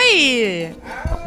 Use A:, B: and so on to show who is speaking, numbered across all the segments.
A: ele!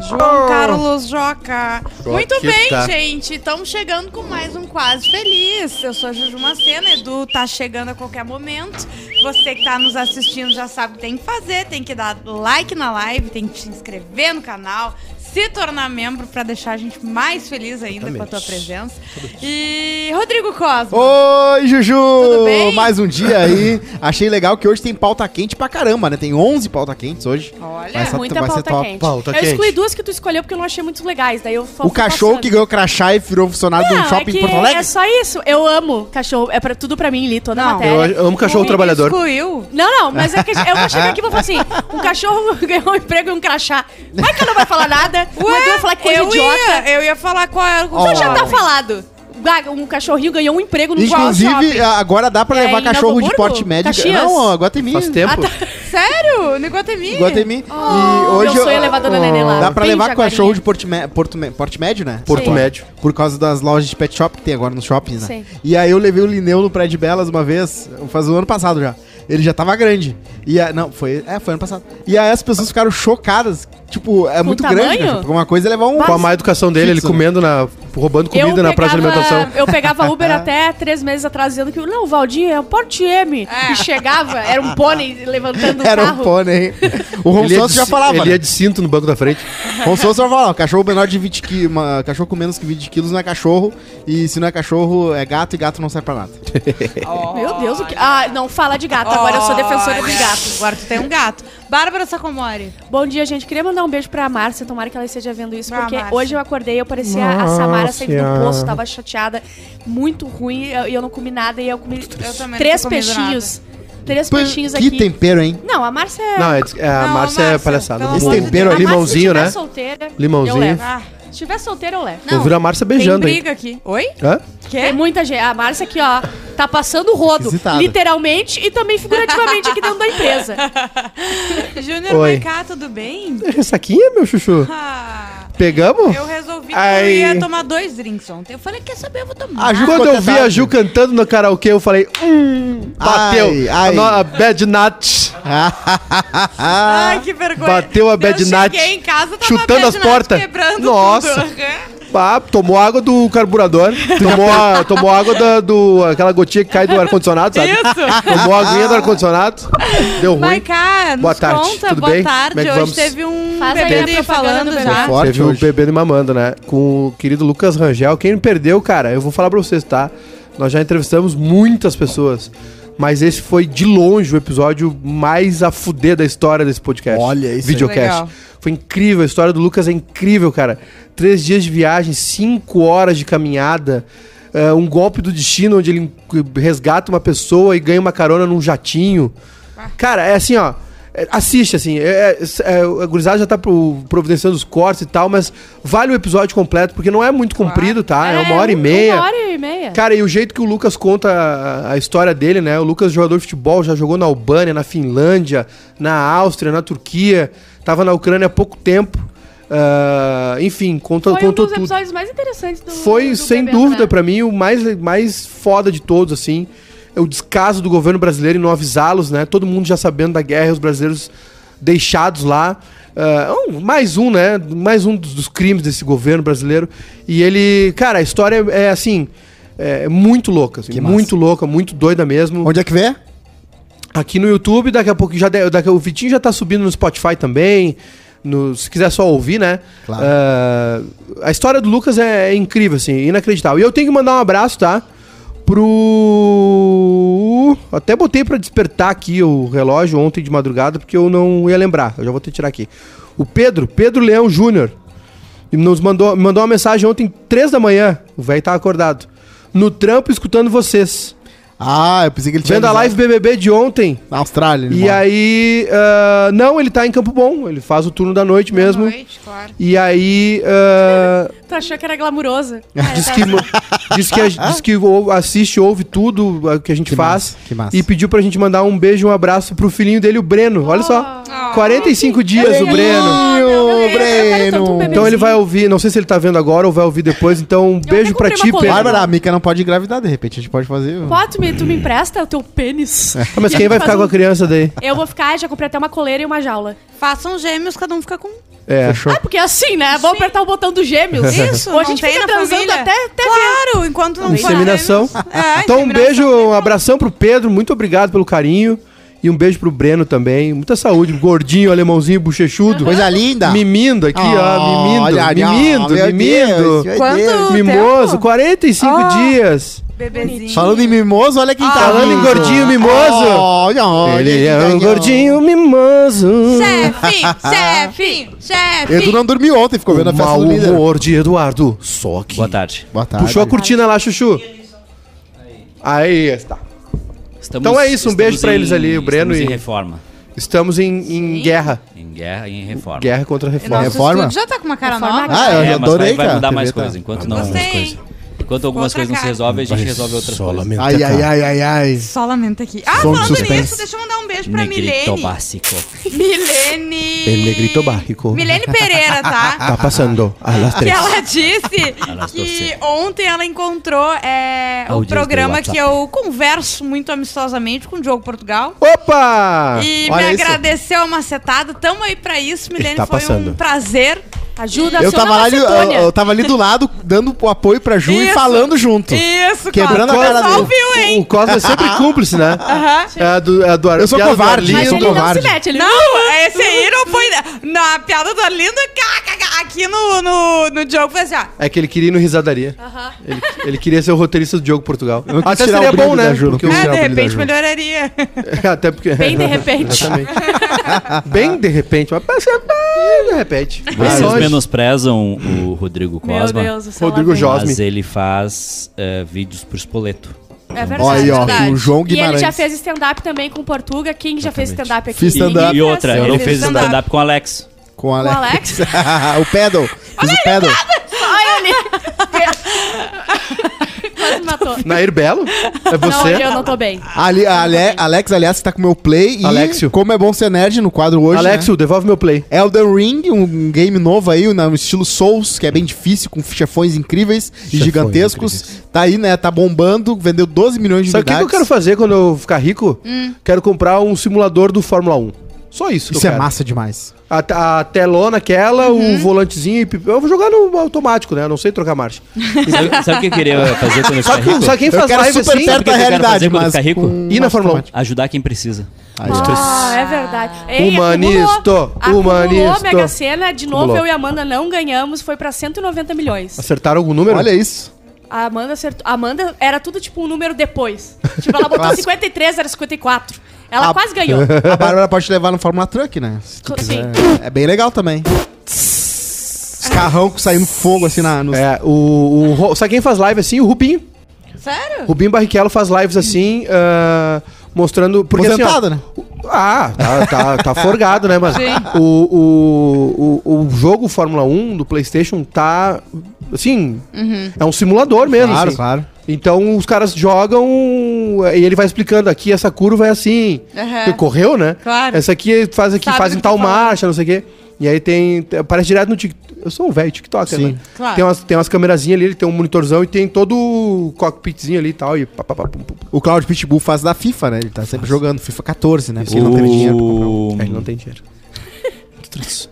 A: João Carlos Joca. Muito bem, gente. Estamos chegando com mais um Quase Feliz. Eu sou a Juju Macena, Edu tá chegando a qualquer momento. Você que tá nos assistindo já sabe o que tem que fazer. Tem que dar like na live, tem que se inscrever no canal, se tornar membro pra deixar a gente mais feliz ainda com a tua presença. E Rodrigo Cosmo.
B: Oi, Juju!
A: Tudo bem?
B: Mais um dia aí. Achei legal que hoje tem pauta quente pra caramba, né? Tem 11 pauta quentes hoje.
A: Olha,
B: Vai ser-
C: É, muita
B: vai ser
C: pauta
B: top.
C: quente.
D: Pauta
C: eu excluí
D: quente.
C: duas que tu escolheu porque eu não achei muito legais. Daí eu só
B: O
C: fui
B: cachorro
C: passando.
B: que ganhou crachá e virou funcionário de
C: Não,
B: um shopping
C: é que
B: em Porto Alegre?
C: É só isso. Eu amo cachorro. É pra, tudo pra mim, li toda a
A: Não.
C: matéria.
D: Eu amo cachorro
C: O-
D: trabalhador.
A: excluiu.
C: Não, não, mas é que eu vou chegar aqui e vou falar assim: um cachorro ganhou um emprego e um crachá. Vai que eu não vai falar nada. o Edu vai falar que É coisa
A: eu
C: idiota.
A: Ia, eu ia falar qual era o
B: Ó.
C: Então já tá falado. Ga- Um cachorrinho ganhou um emprego no
B: Inclusive, a- agora dá pra
C: É,
B: levar
C: em
B: cachorro
C: Novo
B: de
C: Hamburgo?
B: porte médio.
C: Caxias?
B: Não, agora tem mim.
D: Faz tempo.
A: Sério? No Iguatemi?
B: Guatemi.
C: Oh,
B: e hoje
C: meu sonho é levar a dona Nenê lá.
B: Dá pra
C: Bem
B: levar
C: jaguarinha.
B: cachorro de porte, mé- porto mé- porte médio, né?
D: Porto Sim. Médio.
B: Por causa das lojas de pet shop que tem agora nos shoppings, né?
C: Sim.
B: E aí eu levei o Lineu no Prédio Belas uma vez, faz um ano passado já. Ele já tava grande. E a, não, foi, é, foi ano passado. E aí as pessoas ficaram chocadas. Tipo, é
C: Com
B: muito
C: o tamanho?
B: grande, né? Porque uma coisa é levar um
D: Com a má educação dele, ele
B: Fixo, né?
D: comendo na. roubando comida na praça de alimentação.
C: Eu pegava
B: É.
C: Uber até três meses atrás, dizendo que não, o Valdir é um porte M. E chegava, era um pônei levantando o
B: Era um
C: carro.
B: pônei. O Ron
D: Ele ia
B: Santos
D: de
B: já
D: ci-
B: falava.
D: Ele
B: né?
D: ia de cinto no banco da frente.
B: Ron Souza só fala, ó, cachorro menor de 20 quilos, cachorro com menos que 20 quilos não é cachorro, e se não é cachorro, é gato, e gato não serve pra nada.
C: Meu Deus, o que. Ah, não fala de gato, agora eu sou defensora dos gatos.
A: Agora tu tem um gato. Bárbara Sacomori.
C: Bom dia, gente. Queria mandar um beijo pra Márcia, tomara que ela esteja vendo isso,
A: Ah,
C: porque
A: Márcia.
C: hoje eu acordei eu parecia a Samara saindo do poço, tava chateada, muito ruim, e eu, e eu não comi nada, e eu comi
A: Eu também não
C: três
A: tinha comido
C: peixinhos. Três peixinhos
B: que
C: aqui.
B: tempero, hein?
C: Não, a Márcia é.
D: Não, é, des- é, a
A: Não,
D: Márcia é
A: Márcia,
D: palhaçada.
A: pelo
D: Não
B: amor
D: vou-
B: de tempero
C: a
B: ali,
C: Márcia,
D: limãozinho,
C: se tiver
D: né?
C: solteira,
D: Limãozinho.
C: Eu levo.
A: Ah,
C: Se tiver solteira, eu levo.
D: Ouviram a Márcia
A: tem
D: um beijando, hein?
A: briga aqui. Oi?
D: Hã?
C: Tem
A: Quê?
C: muita gente. A Márcia aqui, ó, tá passando o rodo.
B: Esquisitada.
C: Literalmente e também figurativamente aqui dentro da empresa.
A: Júnior
D: Oi.
A: Maiká, tudo bem?
D: Ressaquinha, meu chuchu?
A: Ah,
D: Pegamos?
A: eu resolvi que
D: Ai. Ah,
A: eu ia tomar dois drinks ontem. Eu falei, quer saber, eu vou tomar.
B: A Ju
D: Quando
B: ficou
D: eu vi
B: tentada.
D: a Ju cantando no karaokê, eu falei, hum, bateu.
B: Ai, ai.
D: A, no- a Bad Nat
A: Ai, que vergonha.
D: Bateu a bad
A: eu
D: nat,
A: cheguei em casa, tava
D: chutando
A: a bad
D: as
A: nat
D: portas.
A: quebrando
D: Nossa.
A: tudo. Aham.
D: pá, Ah, tomou água do carburador, tomou, a- tomou água da, do, aquela gotinha que cai do ar-condicionado, sabe?
A: Isso.
D: Tomou a aguinha do ar-condicionado, deu ruim.
A: Maiká, nos
D: Boa tarde,
A: conta.
D: tudo
A: boa
D: bem?
A: tarde.
D: Como é que
A: Hoje
D: vamos?
A: teve um
C: Faz aí a
A: bebê
C: propaganda
A: falando
C: do
A: já.
B: bebê. Forte
D: Teve o
B: hoje.
D: Bebendo e Mamando, né? Com o querido Lucas Rangel. Quem perdeu, cara, eu vou falar pra vocês, tá? Nós já entrevistamos muitas pessoas. Mas esse foi, de longe, o episódio mais a fuder da história desse podcast.
B: Olha, isso aí.
D: Videocast.
A: Legal.
D: Foi incrível, a história do Lucas é incrível, cara. Três dias de viagem, cinco horas de caminhada, eh, um golpe do destino onde ele enc- resgata uma pessoa e ganha uma carona num jatinho. Cara, é assim, ó. é, Assiste, assim. É, é, é, a gurizada já tá pro- providenciando os cortes e tal, mas vale o episódio completo, porque não é muito comprido, tá? É, uma hora e
C: um-
D: meia.
C: Uma hora e meia.
D: Cara, e o jeito que o Lucas conta a, a história dele, né? O Lucas, jogador de futebol, já jogou na Albânia, na Finlândia, na Áustria, na Turquia, tava na Ucrânia há pouco tempo. Ah, enfim, conta,
C: Foi um
D: contou
C: dos
D: tudo.
C: episódios mais interessantes do
D: Foi,
C: do
D: sem
C: Bebendo,
D: dúvida,
C: né?
D: pra mim, o mais, mais foda de todos, assim. É o descaso do governo brasileiro em não avisá-los, né? Todo mundo já sabendo da guerra, os brasileiros deixados lá. Ah, um- mais um, né? Mais um dos, dos crimes desse governo brasileiro. E ele, cara, a história é, é, assim. É muito louca, assim,
B: Que massa.
D: muito louca, muito doida mesmo.
B: Onde é que vê?
D: Tá Aqui no YouTube, daqui a pouco já de- daqui, o Vitinho já tá subindo no Spotify também. no- se quiser só ouvir, né?
B: Claro.
D: Ah, a história do Lucas é, é incrível, assim, inacreditável. E eu tenho que mandar um abraço, tá? Pro. Até botei pra despertar aqui o relógio ontem de madrugada, porque eu não ia lembrar. Eu já vou ter que tirar aqui. O Pedro, Pedro Leão Júnior. E Nos mandou, me mandou uma mensagem ontem, três da manhã. O velho tá acordado. No trampo, escutando vocês.
B: Ah, eu pensei que ele tinha.
D: Vendo a live
B: avisado.
D: BBB de ontem.
B: Na Austrália. ele
D: E
B: mora.
D: aí. ah, não, ele tá em Campo Bom, ele faz o turno da noite mesmo.
A: Boa noite, claro.
D: E aí. ah,
C: Tu achou que era glamuroso.
D: diz, que, diz, que, a- diz que ou- assiste, ouve tudo ah, que a gente
B: Que
D: faz.
B: massa, que massa.
D: E pediu pra gente mandar um beijo e um abraço pro filhinho dele, o Breno. Olha só.
C: Oh.
D: 45 dias o
C: Ai,
D: Breno.
C: meu Deus, eu quero tanto um
B: Breno.
C: bebezinho.
D: Então ele vai ouvir, não sei se ele tá vendo agora ou vai ouvir depois, então um beijo
C: até
D: pra ti,
C: comprei uma
D: Pedro.
C: coleta.
B: Bárbara, a Mica não pode engravidar, de repente. A gente pode fazer. um-
C: Pô, tu me, tu me empresta o teu pênis?
D: Ah, mas
C: E a
D: quem
C: gente
D: vai
C: faz
D: ficar com
C: um-
D: a criança daí?
C: Eu vou ficar, já comprei até uma coleira e uma jaula.
A: Façam gêmeos, cada um fica com um.
D: É.
B: Fechou.
C: Ah, porque é assim, né? Vou
A: Sim.
C: apertar o botão do gêmeos.
A: Isso,
C: Ou a
A: não
C: gente
A: tem
C: fica
A: na
C: transando
A: família.
C: até, até ver.
A: Claro, enquanto não for
D: Inseminação.
A: gêmeos. É,
D: Então um
A: inseminação.
D: beijo, um abração pro Pedro, muito obrigado pelo carinho. E um beijo pro Breno também. Muita saúde, gordinho, alemãozinho, bochechudo.
B: Coisa linda. Ah,
D: Mimindo aqui, ó. Mimindo, mimindo, mimindo.
A: Quanto
D: Mimoso,
A: tempo?
D: 45 dias.
A: Bebezinho.
B: Falando em mimoso, olha quem tá.
D: Falando em gordinho mimoso.
B: Olha, olha.
D: Ele é um
B: quem tá,
D: gordinho mimoso.
A: Chefe, chefe, chefe.
B: ó. Edu não dormiu ontem, ficou vendo a
D: O
B: festa
D: mau
B: do líder. Tá,
D: humor de Eduardo. Só que.
E: Boa tarde.
B: Boa tarde.
D: Puxou a cortina lá, Chuchu. Aí está.
E: Estamos-
D: Então é isso, um beijo
E: estamos
D: pra
E: em-
D: eles ali, o Breno
E: estamos
D: e-
E: em reforma.
D: Estamos em, em guerra.
E: Em guerra e em reforma.
D: Guerra contra a reforma.
A: Nosso
B: Reforma?
A: estúdio já tá com uma cara
C: Reforma
A: nova.
B: Ah, eu
E: É, mas
B: adorei,
E: vai, vai
B: cara.
E: mudar
B: TV
E: mais
B: tá-
E: coisas. Enquanto não, algumas
A: Gostei,
E: coisas.
A: hein?
E: Enquanto algumas
A: Contra
E: coisas não se
A: cara.
E: resolvem, a gente resolve outras coisas.
B: Ai, ai, ai, ai, ai.
A: Só lamento aqui. Ah,
B: Som de
A: falando
B: suspense.
A: nisso, deixa eu mandar um beijo pra
E: Negrito
A: Milene.
E: básico.
A: Milene.
D: El negrito básico.
A: Milene Pereira, tá?
C: Ah,
D: Tá passando. a las
A: Que
D: três.
A: ela disse
E: Elas
A: que
E: torcem.
A: ontem ela encontrou é, o
E: Áudios do
A: programa
E: WhatsApp.
A: que eu converso muito amistosamente com o Diogo Portugal.
D: Opa!
A: E
B: Ah, olha
A: me
B: isso.
A: agradeceu a macetada. Tamo aí pra isso, Milene.
D: tá
A: foi
D: passando.
A: um prazer.
C: Ajuda
B: Eu
C: aciona
B: tava,
C: uma
B: lá, eu,
C: acetônia.
B: eu tava ali do lado, dando o apoio pra Ju e
A: Isso.
B: falando junto.
A: Isso,
B: Quebrando a
A: Cosmo.
B: cara
A: Só
B: dele.
A: ouviu, hein?
D: O Cosmo é
C: Ah.
D: sempre cúmplice, né? É a do, é a do Ar-
B: Eu sou
D: piada do
B: covarde,
D: Arlindo.
B: eu
C: Mas
B: sou
C: ele
B: covarde.
C: não se mete, ele não.
A: Não, esse aí não foi. Na piada do Arlindo, cá, cá, cá, aqui no, no, no jogo foi assim, ó.
D: É que ele queria ir no risadaria. Ele, ele queria ser o roteirista do Diogo Portugal.
B: não quis
D: Até
B: tirar
D: seria
B: o brilho
D: bom, né?
B: da Ju, não
D: Porque
B: quis
D: o-
A: É,
B: tirar o
A: de
B: brilho da
A: repente
B: Ju.
A: melhoraria.
D: Até porque.
C: Bem de repente.
D: Exatamente. Bem de repente. Mas parece que é bem de repente. Vai
E: Vocês
D: longe.
E: menosprezam o Rodrigo
C: Meu
E: Cosma,
C: Deus do céu.
D: Rodrigo
C: lá vem.
D: Jó.
E: mas
D: Cosme.
E: ele faz eh, vídeos pro Spoleto.
C: É verdade.
B: Olha aí, ó,
A: Verdade.
B: com o João
C: E ele
B: Guimarães.
C: já fez stand-up também com o Portuga. Quem já fez stand-up aqui?
B: Fiz stand-up.
E: E outra,
C: Eu
E: ele
C: não
E: fez
A: fiz
E: stand-up
A: stand-up
E: com o Alex.
B: Com o
C: Com o
B: Alex.
C: Alex.
B: o pedal. Fiz o pedal.
C: Olha ali. Quase me matou.
D: Nair Belo? É
C: Não,
D: você?
C: eu não tô bem.
B: Ali, Ale- Alex, aliás, tá com o meu play. E
D: Alexio.
B: como é bom ser nerd no quadro hoje, né?
D: Alexio, devolve meu play.
B: Elden Ring, um game novo aí, no estilo Souls, que é bem difícil, com chefões incríveis e
D: Chefões
B: gigantescos. Tá aí, né? Tá bombando, vendeu 12 milhões de
D: Sabe o que, que
B: unidades.
D: eu quero fazer quando eu ficar rico?
C: Hum.
D: Quero comprar um simulador do Fórmula 1. Só isso. que
B: Isso
D: eu
B: é
D: quero.
B: massa demais.
D: A, te- a telona aquela,
B: Uhum.
D: o volantezinho. e pip- Eu vou jogar no automático, né? Eu não sei trocar marcha.
E: Sabe, sabe o que eu queria fazer quando eu ficar rico?
D: Só quem
B: Eu
D: faz
B: quero
D: live
B: super
D: assim...
B: perto
E: sabe o que
B: da
E: eu quero
B: realidade,
E: fazer quando
B: mas
E: ficar rico?
B: com
D: E na
B: massa
D: Fórmula 1?
B: automática.
E: Ajudar quem precisa.
B: Aí,
C: Ah, é verdade. Ei,
D: Humanisto,
C: acumulou. Acumulou a
D: humanisto.
C: Mega Sena. De novo,
D: Acumulou.
C: eu e a Amanda não ganhamos. Foi pra 190 milhões.
D: Acertaram algum número?
B: Olha isso.
C: A Amanda acertou. A Amanda era tudo tipo um número depois. Tipo, ela botou 53, era 54. Ela
B: A-
C: quase ganhou.
B: A Bárbara pode te levar no Fórmula Truck, né? Se tu
C: Co-
B: quiser.
C: sim.
B: É bem legal também. Os carrão saindo fogo assim na. nos-
D: É, o, o Ro- Sabe quem faz live assim? O Rubinho.
A: Sério?
D: Rubinho Barrichello faz lives assim, ah, mostrando. Porque assim, ó,
B: Aposentado, né?
D: o- Ah, tá, tá, tá forgado, né, mas o, o, o, o jogo Fórmula 1 do PlayStation tá. Assim, é um simulador mesmo.
B: Uhum. Claro,
D: assim.
B: claro.
D: Então os caras jogam e ele vai explicando aqui essa curva é assim.
A: Aham.
D: Correu, né?
A: Claro.
D: Essa aqui faz aqui,
A: Sabe
D: faz
A: do
D: em
A: que tá
D: tal
A: falando.
D: marcha, não sei o quê. E aí tem aparece direto no TikTok. Eu sou um velho TikToker,
B: Sim.
D: né?
A: Claro.
D: Tem umas tem umas câmerazinhas ali, ele tem um monitorzão e tem todo o cockpitzinho ali e tal e pá, pá, pá, pum, pum, pum.
B: O Cloud Pitbull faz da FIFA, né? Ele tá sempre jogando FIFA 14, né? Porque ele não teve dinheiro pra comprar. um.
E: O...
D: É, ele não tem dinheiro.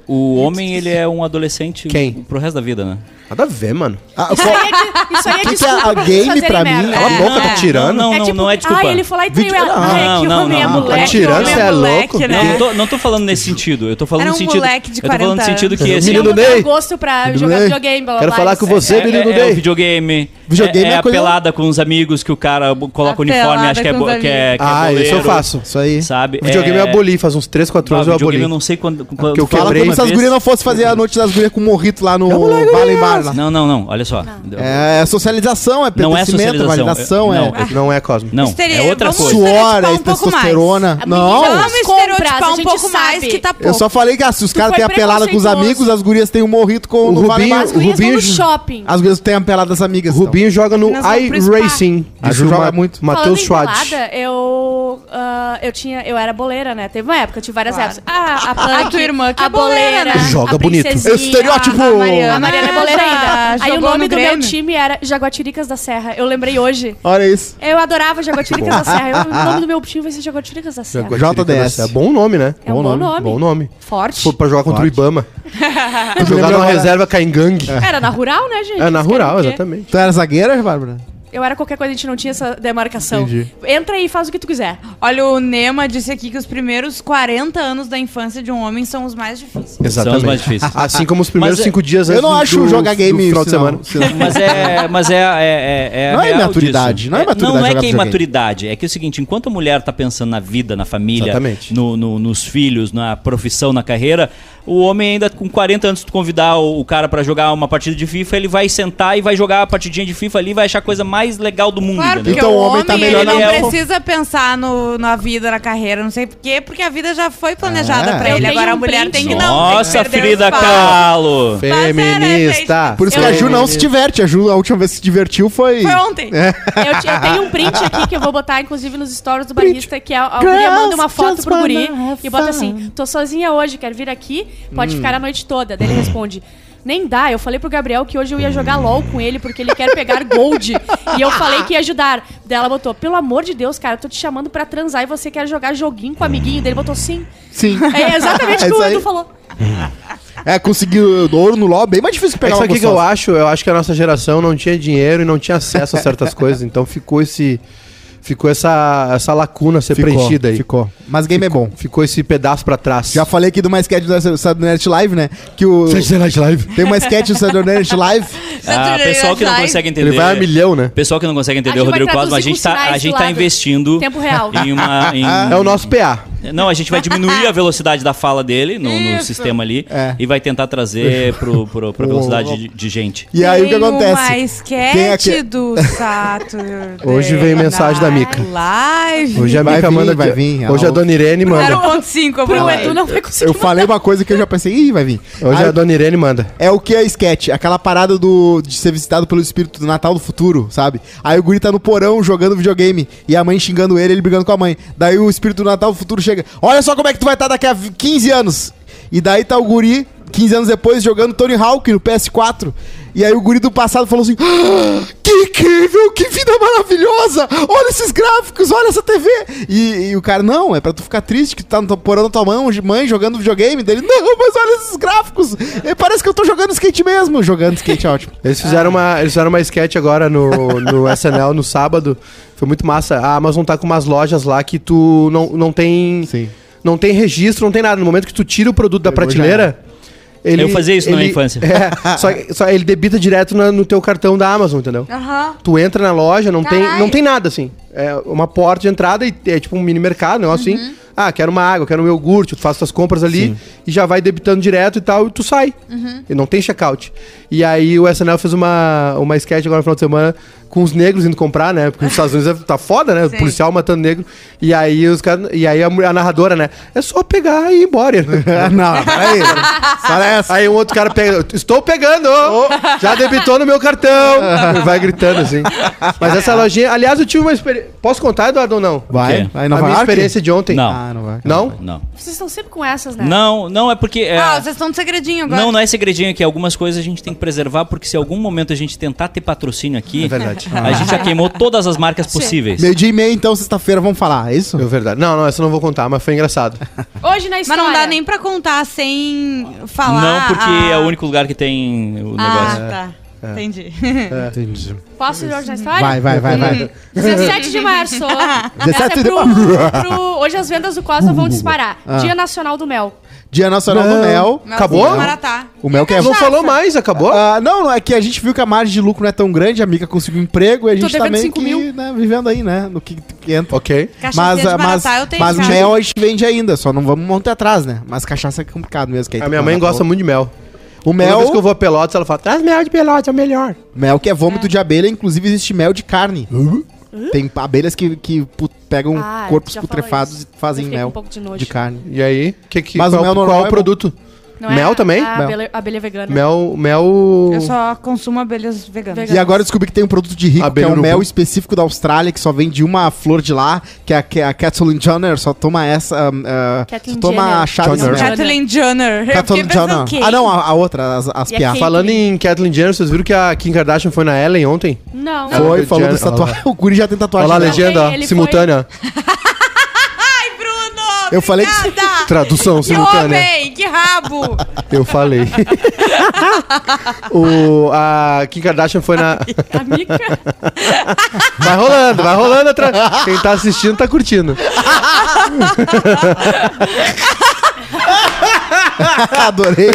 E: o homem, ele é um adolescente
D: um Quem?
E: pro resto da vida, né?
D: Nada a ver, mano.
B: Ah,
C: Isso aí é, de- isso aí é
B: que que é
C: desculpa
B: a
C: pra
B: game
C: fazerem
B: pra mim?
C: merda.
D: Cala a
A: É,
D: boca,
A: é.
D: tá tirando.
E: Não, não,
C: tipo,
E: não é desculpa.
C: Ah, ele foi lá e traiu
D: Vídeo-
C: ela.
D: Não,
C: Ai, que
E: não,
C: homem é
E: não, não.
C: moleque.
D: Tá tirando,
C: homem
D: você é
C: moleque,
D: louco,
A: né?
E: Eu não tô, não tô falando nesse sentido. Eu tô falando
A: Era
E: no
A: um
E: sentido.
A: moleque de
E: eu tô falando no
A: 40
E: sentido que
D: anos.
E: esse
D: Menino
C: Não dá
D: Ney.
C: gosto pra
B: Menino
C: jogar
B: Ney.
C: videogame, blá, blá,
D: Quero
C: blá,
D: falar
C: isso
D: com
C: é-
D: você,
E: é,
D: menino
E: é, é o
D: Ney.
E: videogame.
B: Videogame
E: é,
B: é
E: é a
B: coisa-
E: pelada com os amigos que o cara bo- coloca
A: A
E: o uniforme,
A: pelada
E: acho que é,
A: com
E: bo-
A: os
E: que é, que é
D: Ah, isso eu
E: boleiro,
D: faço.
B: Isso aí.
E: Sabe?
D: O videogame
E: é...
D: eu aboli, faz uns 3, 4
E: Ah,
D: anos eu
E: videogame
D: aboli.
E: eu não sei quando. quando
D: É, porque eu
E: quando
B: Fala
D: Quebrei
B: como
E: uma
B: se as
E: vez-
B: gurias não fossem fazer a noite das gurias com morrito lá no Balembar. lá.
E: Não, não, não. Olha só.
B: É socialização, é
E: Não é
B: pertencimento,
E: socialização,
B: validação,
E: é-
B: é
E: não,
D: Não é, Cosmo.
E: Não,
A: Histeria,
E: é outra
A: vamos-
E: coisa.
B: suor,
A: estereotipar
B: é
A: um pouco mais.
B: testosterona.
C: A
B: Não,
C: menina
A: Vamos
C: esconde, prazo, a
A: estereotipar um
C: gente
A: pouco mais
C: sabe.
A: que tá pouco.
B: Eu só falei que ah, se os caras
C: foi
B: têm a pelada com os
C: preconceituoso.
B: amigos, as gurias têm um morrito com
D: O
B: no Vale
D: Rubinho-
B: Mais.
C: As gurias vão
D: Rubinho-
C: no shopping.
B: As gurias têm a pelada das amigas. então.
D: Rubinho joga no
A: Nós vamos pro spa.
D: iRacing.
B: Ah,
D: disse o
B: joga
D: Ma-
B: muito.
D: Matheus
C: Falando em
D: Schwartz.
C: pelada, eu, ah, eu, tinha, eu era boleira, né? Teve uma época, eu tive várias
A: Claro.
C: épocas. Ah, a Punk,
A: tua irmã que
C: a
A: é boleira,
C: boleira,
A: né?
D: Joga
C: a
D: bonito.
C: princesinha,
B: Esse estereótipo!
C: A Mariana, a
A: Ah,
C: Mariana é boleira
A: já
C: ainda. Aí o
A: jogou
C: nome
A: no
C: do meu
A: Grêmio?
C: time era Jaguatiricas da Serra. Eu lembrei hoje.
B: Olha isso.
C: Eu adorava Jaguatiricas da Serra. Eu- o nome do meu time vai ser Jaguatiricas da Serra.
B: JDS.
D: É bom nome, né?
C: É um bom nome.
D: Bom nome.
C: Forte.
D: Se for pra jogar contra o
B: Forte.
D: Ibama. jogar
B: lembra
D: numa
B: agora-
D: reserva Caingangue. É,
C: Era na rural, né, gente?
D: é na
C: Vocês querem
D: rural,
C: o quê?
D: exatamente.
B: Tu era zagueira, Bárbara?
C: Eu era qualquer coisa, a gente não tinha essa demarcação.
B: Entendi.
C: Entra aí e faz o que tu quiser.
A: Olha, o Nema disse aqui que os primeiros 40 anos da infância de um homem são os mais difíceis.
E: São os mais difíceis.
D: Assim como os primeiros
E: Mas é-
D: cinco dias
B: Eu
D: antes
B: não
D: do-
B: acho
D: do-
B: jogar
D: do
B: game
D: final de
B: sinal-
D: semana.
B: sinal-
E: Mas é. Mas é, é, é, é
B: Não é
E: real
B: imaturidade,
E: disso.
B: não é imaturidade
E: Não é
B: jogar
E: que é
B: videogame.
E: imaturidade. É que é o seguinte: enquanto a mulher tá pensando na vida, na família,
D: Exatamente.
E: no- no- nos filhos, na profissão, na carreira, o homem ainda com 40 anos, tu convidar o, o cara pra jogar uma partida de FIFA, ele vai sentar e vai jogar a partidinha de FIFA ali e vai achar a coisa mais legal do mundo.
A: Claro,
E: entendeu?
A: porque
B: Então
A: o
B: o homem
A: homem,
B: tá
A: ele
E: melhor
A: não
E: na época.
A: precisa pensar no, na vida, na carreira, não sei por quê, porque a vida já foi planejada
B: É.
A: pra
C: Eu
A: ele.
C: tenho
A: Agora a
C: um
A: mulher
C: print.
A: tem que não.
E: Nossa,
A: tem que perder o
E: Frida
A: espaço.
E: Kahlo!
D: Feminista.
B: Por isso que a Ju né, não se diverte. A Ju, a última vez que se divertiu foi...
A: Foi ontem.
B: É.
C: Eu, te- eu tenho um print aqui que eu vou botar, inclusive, nos stories do barista, que a, a guria manda uma foto pro guri e bota assim: tô sozinha hoje, quero vir aqui, pode
B: Hum.
C: ficar a noite toda. Daí ele responde. Nem dá, eu falei pro Gabriel que hoje eu ia jogar LOL com ele porque ele quer pegar gold. e eu falei que ia ajudar. Daí ela botou: pelo amor de Deus, cara, eu tô te chamando pra transar e você quer jogar joguinho com o amiguinho. Daí ele botou sim.
B: Sim.
C: É exatamente
B: É
C: o que o
B: isso aí.
C: Edu falou.
B: É, conseguir ouro no LoL é bem mais difícil que
D: É
B: pegar
D: isso
B: uma
D: aqui que eu
B: gostosa.
D: acho. Eu acho que a nossa geração não tinha dinheiro e não tinha acesso a certas coisas. Então ficou esse... Ficou essa, essa lacuna a ser
B: Ficou,
D: preenchida aí.
B: Ficou. Mas game é bom.
D: Ficou esse pedaço pra trás.
B: Já falei aqui de uma sketch do Saturday Night Live, né? Que o...
D: Night Live.
B: Tem uma sketch do Saturday Night Live.
E: Ah, pessoal que não
A: Ai.
E: consegue entender.
D: Ele vai a milhão, né?
E: Pessoal que não consegue
C: é. A
E: entender
C: gente
E: o Rodrigo
C: vai
E: Cosma, a
C: traduzir
E: gente
C: com
E: tá, a
C: sinais
E: gente
C: do
E: tá
C: lado. um
E: investindo
C: Tempo real.
E: em uma. em-
D: É o nosso PA.
E: Não, a gente vai diminuir a velocidade da fala dele no, no sistema ali
B: É.
E: e vai tentar trazer pro, pro, pra
D: Pô,
E: velocidade
D: ó.
E: de, de gente.
B: E aí o que
A: Tem Uma
B: acontece? Quem é
A: esquete
B: que-
A: do Saturday
D: Hoje vem mensagem da Mica.
A: Live.
D: Hoje a
B: Vai
D: Mica
B: vir,
D: manda.
B: vai vir,
D: Hoje a
B: alô.
D: dona Irene manda.
A: 0.5, eu vou
E: um
C: Pro
A: lá.
C: Edu não vai conseguir.
B: Eu falei uma coisa que eu já pensei, ih, vai vir.
D: Hoje
B: Aí-
D: a dona Irene manda.
B: É o que é sketch, aquela parada do de ser visitado pelo espírito do Natal do futuro, sabe? Aí o guri tá no porão jogando videogame e a mãe xingando ele, ele brigando com a mãe. Daí o espírito do Natal do futuro chega. Olha só como é que tu vai estar daqui a vi- 15 anos. E daí tá o guri 15 anos depois jogando Tony Hawk no PS4. E aí o guri do passado falou assim: "Ah, Que incrível, que vida maravilhosa! Olha esses gráficos, olha essa TV! E, e o cara, não, é pra tu ficar triste que tu tá no teu- porão da tua mão, de mãe jogando videogame dele. Não, mas olha esses gráficos! É, parece que eu tô jogando skate mesmo. Jogando skate é ótimo.
D: Eles
E: Ah.
D: fizeram, uma, eles fizeram uma sketch agora no, no SNL no sábado. Foi muito massa. A Amazon tá com umas lojas lá que tu não, não tem.
B: Sim.
D: Não tem registro, não tem nada. No momento que tu tira o produto da
B: Pegou já
D: prateleira. Ele,
E: Eu fazia isso na minha infância.
D: É, só, só ele debita direto na- no teu cartão da Amazon, entendeu?
A: Aham.
D: Tu entra na loja, não tem,
A: Caralho.
D: não tem nada assim. É uma porta de entrada e é tipo um mini mercado, um negócio assim. Ah, quero uma água, quero um iogurte, tu faz tuas compras ali e já vai debitando direto e tal, e tu sai. E não tem check-out. E aí o SNL fez uma, uma sketch agora no final de semana com os negros indo comprar, né? Porque nos Estados Unidos é- tá foda, né? O policial matando negro. E aí os caras. E aí a, mulher- a narradora, né? É só pegar e ir embora. né?
B: Ah, não, peraí. Para essa.
D: Aí um outro cara pega, estou pegando, já debitou no meu cartão. E vai gritando assim. Mas essa lojinha, aliás, eu tive uma experiência. Posso contar, Eduardo, ou não?
B: Vai,
E: quê?
B: vai em
D: a
B: Nova
D: minha
B: York?
D: experiência de ontem.
E: Não.
B: Ah, não vai.
D: Não?
E: Não.
C: Vocês estão sempre com essas, né?
E: Não, não, é porque. é,
A: Ah, vocês estão de segredinho agora.
E: Não, não é segredinho aqui. Algumas coisas a gente tem que preservar, porque se algum momento a gente tentar ter patrocínio aqui,
D: É verdade.
E: a gente já queimou todas as marcas possíveis.
B: Meio dia e meio, então, sexta-feira, vamos falar, é isso?
D: É verdade. Não, não, essa eu não vou contar, mas foi engraçado.
C: Hoje na
A: Mas
C: história.
A: não dá nem pra contar sem falar.
E: Não, porque
A: a-
E: é o único lugar que tem o negócio.
A: Ah, tá.
B: É.
A: Entendi.
D: É.
B: Entendi.
C: Posso ir hoje na história?
B: Vai, vai, vai, vai.
C: 17 de março. Essa é
B: 17 de
C: pro, pro, hoje as vendas do Costa vão disparar.
B: Ah.
C: Dia Nacional do Mel.
B: Dia Nacional do Mel.
A: Mas
D: Acabou?
A: o Maratá.
B: O Mel que é
D: Não falou mais, acabou?
B: Ah, não, não, é que a gente viu que a margem de lucro não é tão grande, a Mica conseguiu um emprego e a gente tá
C: devendo
B: meio
C: cinco
B: que
C: mil.
B: né, vivendo aí, né? No que, que entra.
D: Ok.
A: Cachaça
B: Mas,
A: de
B: ah, mas,
A: Maratá eu tenho
B: mas
A: em casa.
B: mel a gente vende ainda, só não vamos montar atrás, né? Mas cachaça é complicado mesmo. Que aí
D: A
B: tem
D: minha
B: que
D: mãe
B: mandar
D: gosta
B: pra-
D: muito de mel.
B: O
D: Toda
B: tá mel,
D: vez que eu vou a Pelotas, ela fala, traz mel de Pelotas, é o melhor.
B: mel que é vômito de abelha, inclusive existe mel de carne. Tem abelhas que, que pu- pegam
C: Ah, tu
B: corpos
C: já falou
B: putrefados
C: isso.
B: e fazem
C: Eu fiquei com
B: mel
C: um pouco de nojo.
B: carne.
D: E aí, que, que,
B: Mas o
D: qual,
B: mel normal
D: qual
B: é
D: o
B: bom.
D: produto?
C: Não é
D: Mel
C: a-
D: também?
C: A
D: Mel.
C: abelha, abelha vegana.
D: Mel. Mel. Tipo,
A: Eu só consumo abelhas veganas.
B: E
C: Vegana.
B: agora eu descobri que tem um produto de rico,
D: Abelha
B: que é um
D: urubu.
B: mel específico da Austrália, que só vem de uma flor de lá, que é a, que é a Kathleen Jenner, só toma essa. Um, ah,
C: Kathleen
B: só toma
C: Jenner.
B: a chave
D: Jenner.
B: desse mel.
A: Kathleen Jenner. Eu fiquei
B: Kathleen
A: pensando,
B: Jenner.
A: quem?
B: Ah, não, a, a outra, as, as
C: E a
B: piadas.
C: Kate-
D: Falando em Kathleen Jenner, vocês viram que a Kim Kardashian foi na Ellen ontem?
C: Não.
D: Foi.
B: Foi, falou
D: Jenner,
B: das tatuagens. O Guri já tem
D: Olha
B: tatuagem.
D: lá a
B: né?
C: legenda.
D: legenda,
C: Ele
D: ó,
C: foi-
D: simultânea.
A: Ai, Bruno!
B: Eu falei que-
A: obrigada!
D: Tradução
A: Que
D: simultânea.
A: homem! Que rabo!
D: Eu falei. o, a Kim Kardashian foi na.
C: A Mica.
D: Vai rolando, vai rolando atrás. Quem tá assistindo tá curtindo.
E: É
B: Adorei.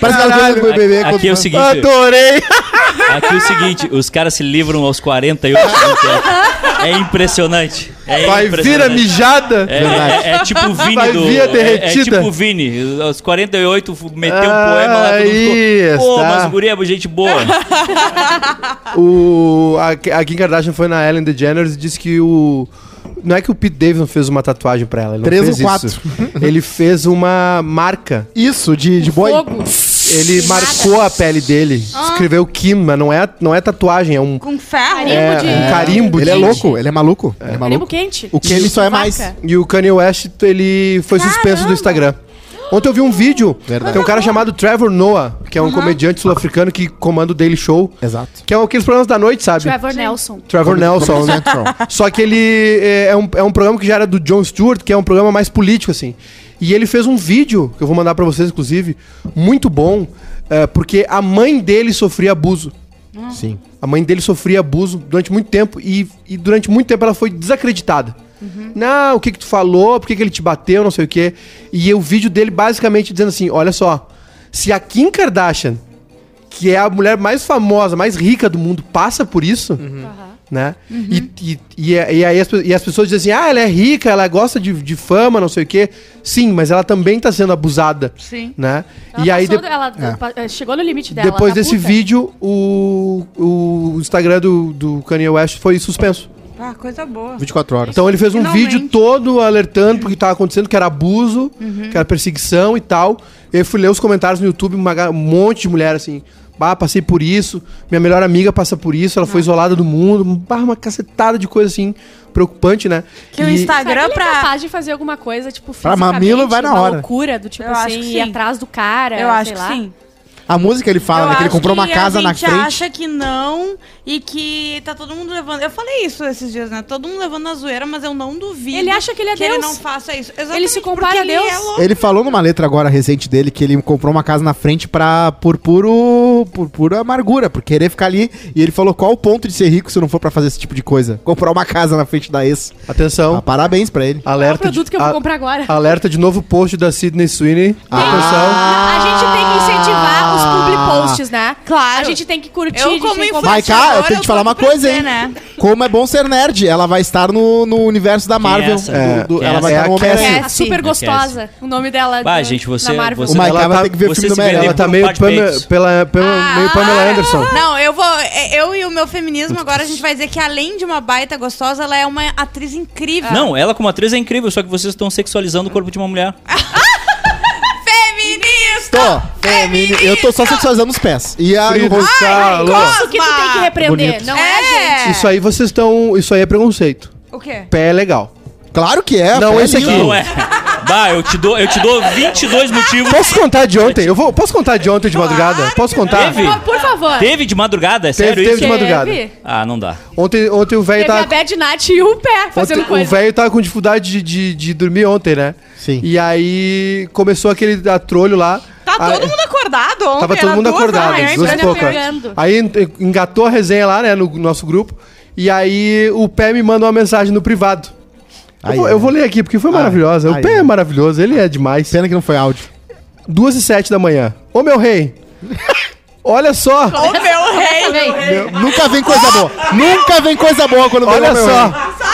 B: Parece que ela um do BBB.
E: Aqui é o seguinte,
D: Adorei!
E: aqui é o seguinte, os caras se livram aos 48 minutos. É, é impressionante. É
D: Vai vir a
E: impressionante.
D: mijada!
E: É, é, é tipo o Vini
D: Vai
E: do.
D: vir a
E: é- É,
D: derretida.
E: tipo o Vini. Aos 48 fu- meteu um poema lá
D: Ah,
E: todo mundo ficou, Pô,
D: isso, tá.
E: mas o guri é gente boa.
D: O, a, a Kim Kardashian foi na Ellen DeGeneres e disse que o. Não é que o Pete Davidson fez uma tatuagem pra ela. Ele não
B: Três
D: fez
B: ou quatro.
D: Isso. Ele fez uma marca.
B: Isso, de, de boi.
C: Fogo. Ah.
D: Ele marcou a pele dele. Escreveu Kim, mas não é, não é tatuagem, é um.
A: Com ferro?
C: Carimbo
D: É,
C: de...
D: um carimbo
B: Ele é
D: de-
B: louco, ele é maluco. Ele é
C: Carimbo
B: maluco.
C: quente.
B: O que ele só é
C: Vaca.
B: mais.
D: E o Kanye West, ele foi suspenso do Instagram. Ontem eu vi um vídeo.
B: Verdade.
D: Tem um cara chamado Trevor Noah, que é um comediante sul-africano que comanda o Daily Show.
B: Exato.
D: Que é aqueles programas da noite, sabe?
C: Trevor Nelson.
D: Trevor Nelson, né? Só que ele é, é um, é um programa que já era do Jon Stewart, que é um programa mais político, assim. E ele fez um vídeo, que eu vou mandar pra vocês, inclusive, muito bom, é, porque a mãe dele sofria abuso.
B: Sim.
D: A mãe dele sofria abuso durante muito tempo e, e durante muito tempo ela foi desacreditada. Não, o que que tu falou, por que que ele te bateu, não sei o quê. E o vídeo dele basicamente dizendo assim, olha só, se a Kim Kardashian, que é a mulher mais famosa, mais rica do mundo, passa por isso, né?
C: Uhum.
D: E, e, e, é- e aí as, pe- e as pessoas dizem assim, ah, ela é rica, ela gosta de, de fama, não sei o quê. Sim, mas ela também tá sendo abusada,
A: Sim.
D: né?
C: Ela
D: e aí...
C: passou
D: de-
C: do- Ela pa- eh, chegou no limite dela.
D: depois
C: tá
D: desse
C: puta.
D: vídeo, o, o Instagram do, do Kanye West foi suspenso.
A: Ah, coisa boa.
B: 24 horas.
D: Então ele fez um
A: Finalmente.
D: vídeo todo alertando porque estava acontecendo, que era abuso,
C: Uhum.
D: que era perseguição e tal. Eu fui ler os comentários no YouTube, uma ga- um monte de mulher assim. Bah, passei por isso, minha melhor amiga passa por isso, ela foi isolada do mundo, bah, uma cacetada de coisa assim, preocupante, né?
A: Que o
D: E-
A: Instagram-
C: Será que ele é
A: pra-
C: capaz de fazer alguma coisa, tipo,
B: Pra mamilo, vai na
C: uma
B: hora.
C: loucura, do tipo
A: Eu acho
C: assim,
A: que
C: ir
A: sim.
C: atrás do cara,
A: Eu acho
C: sei
A: que
C: lá.
A: sim.
B: A música ele fala, né? Que ele
A: acho
B: comprou uma
A: que
B: casa na
A: A gente
B: frente.
A: acha que não e que tá todo mundo levando. Eu falei isso esses dias, né? Todo mundo levando a zoeira, mas eu não duvido.
C: Ele acha que ele é
A: que ele
C: Deus.
A: não faça isso. Exatamente,
C: compara
A: porque
C: a
A: ele
C: Deus.
A: é louco.
B: Ele falou numa letra agora recente dele que ele comprou uma casa na frente pra, por puro por pura amargura, por querer ficar ali. E ele falou qual o ponto de ser rico se não for pra fazer esse tipo de coisa. Comprar uma casa na frente da ex. Ah,
D: Atenção,
B: parabéns pra ele.
C: Qual é o
D: alerta,
C: produto
D: de,
C: que eu vou
D: a-
C: comprar agora?
D: alerta de novo post da Sidney Sweeney. Atenção.
C: A gente tem que incentivar os public posts, né?
A: Ah. Claro.
C: A gente tem que curtir,
A: Eu
C: a gente
A: como
C: tem que
A: influ-
C: compartilhar.
B: Mas cá, eu
A: Agora
B: tenho que
A: eu
B: te falar
A: tô
B: uma
A: pra
B: coisa,
A: você,
B: hein?
A: né?
B: Como é bom ser nerd. Ela vai estar no, no universo da Marvel.
E: essa?
B: do-
D: É,
B: do-
E: quem é
B: ela vai
D: essa?
B: estar no
D: É a
C: Que
B: Homem-Aranha.
C: é super
E: Sim.
C: gostosa. O nome dela.
E: Bah,
C: do-
E: gente, você-
C: na Marvel.
B: O
E: você-
B: Mike
D: Ela
B: vai
D: tá-
B: ter que ver o
E: você
B: filme do
E: se
B: Homem-Aranha.
D: Ela
E: vendeu.
D: tá
E: por um
D: meio,
E: par de
D: Pamela-
E: peitos.
D: pela,
C: Ah.
B: É
D: pela, meio Pamela Anderson.
A: Ah, Não, eu vou. é, Eu e o meu feminismo agora a gente vai dizer que além de uma baita gostosa, ela é uma atriz
C: Ah.
A: incrível.
E: Não, ela como atriz é incrível, só que vocês estão sexualizando o corpo de uma mulher.
D: Ah,
A: Feminista!
B: Tô, feminista. Eu tô só sexualizando os pés. E a e o
D: Frida
B: rosto.
D: Kahlo.
C: Isso que tu tem que repreender,
D: Bonito.
C: não é, gente?
A: É!
D: Isso aí vocês estão. Isso aí é preconceito.
A: O quê?
D: Pé é legal.
B: Claro que é.
D: Não,
B: pé
D: esse aqui.
B: lindo.
E: Não é. Bah, eu te dou, eu te dou 22 motivos.
D: Posso contar de ontem? Eu vou, posso contar de ontem de madrugada? Posso contar?
E: Teve?
C: Por favor.
E: Teve de madrugada, é sério
D: teve
E: isso?
D: de madrugada.
C: Teve
E: Ah, não dá.
D: Ontem, ontem o velho
C: Teve a
D: tava.
C: Bad Nat e o pé fazendo
D: ontem o
C: coisa.
D: velho tava com dificuldade de, de, de dormir ontem, né?
B: Sim.
D: E aí começou aquele atrolho lá.
A: Tá
D: Aí-
A: todo mundo acordado ontem.
D: Tava todo
A: era
D: mundo
A: duas da
D: acordado,
A: manhã, tá
D: às duas e
A: impressionante.
D: pouca.
C: pegando.
D: Aí ent- engatou a resenha lá, né, no nosso grupo. E aí o Pé me mandou uma mensagem no privado. Eu
B: Aí,
D: vou,
B: é.
D: eu vou ler aqui, porque foi maravilhosa.
B: aí,
D: o Pé
B: é.
D: é maravilhoso, ele é demais.
B: Pena que não foi áudio.
D: Duas e sete da manhã. Ô, meu rei. Olha só.
A: Ô, meu rei!
C: Também.
B: Nunca vem coisa boa. Nunca vem coisa boa quando vem
D: Olha
B: Homem-Aranha.
D: só.
A: Sabe?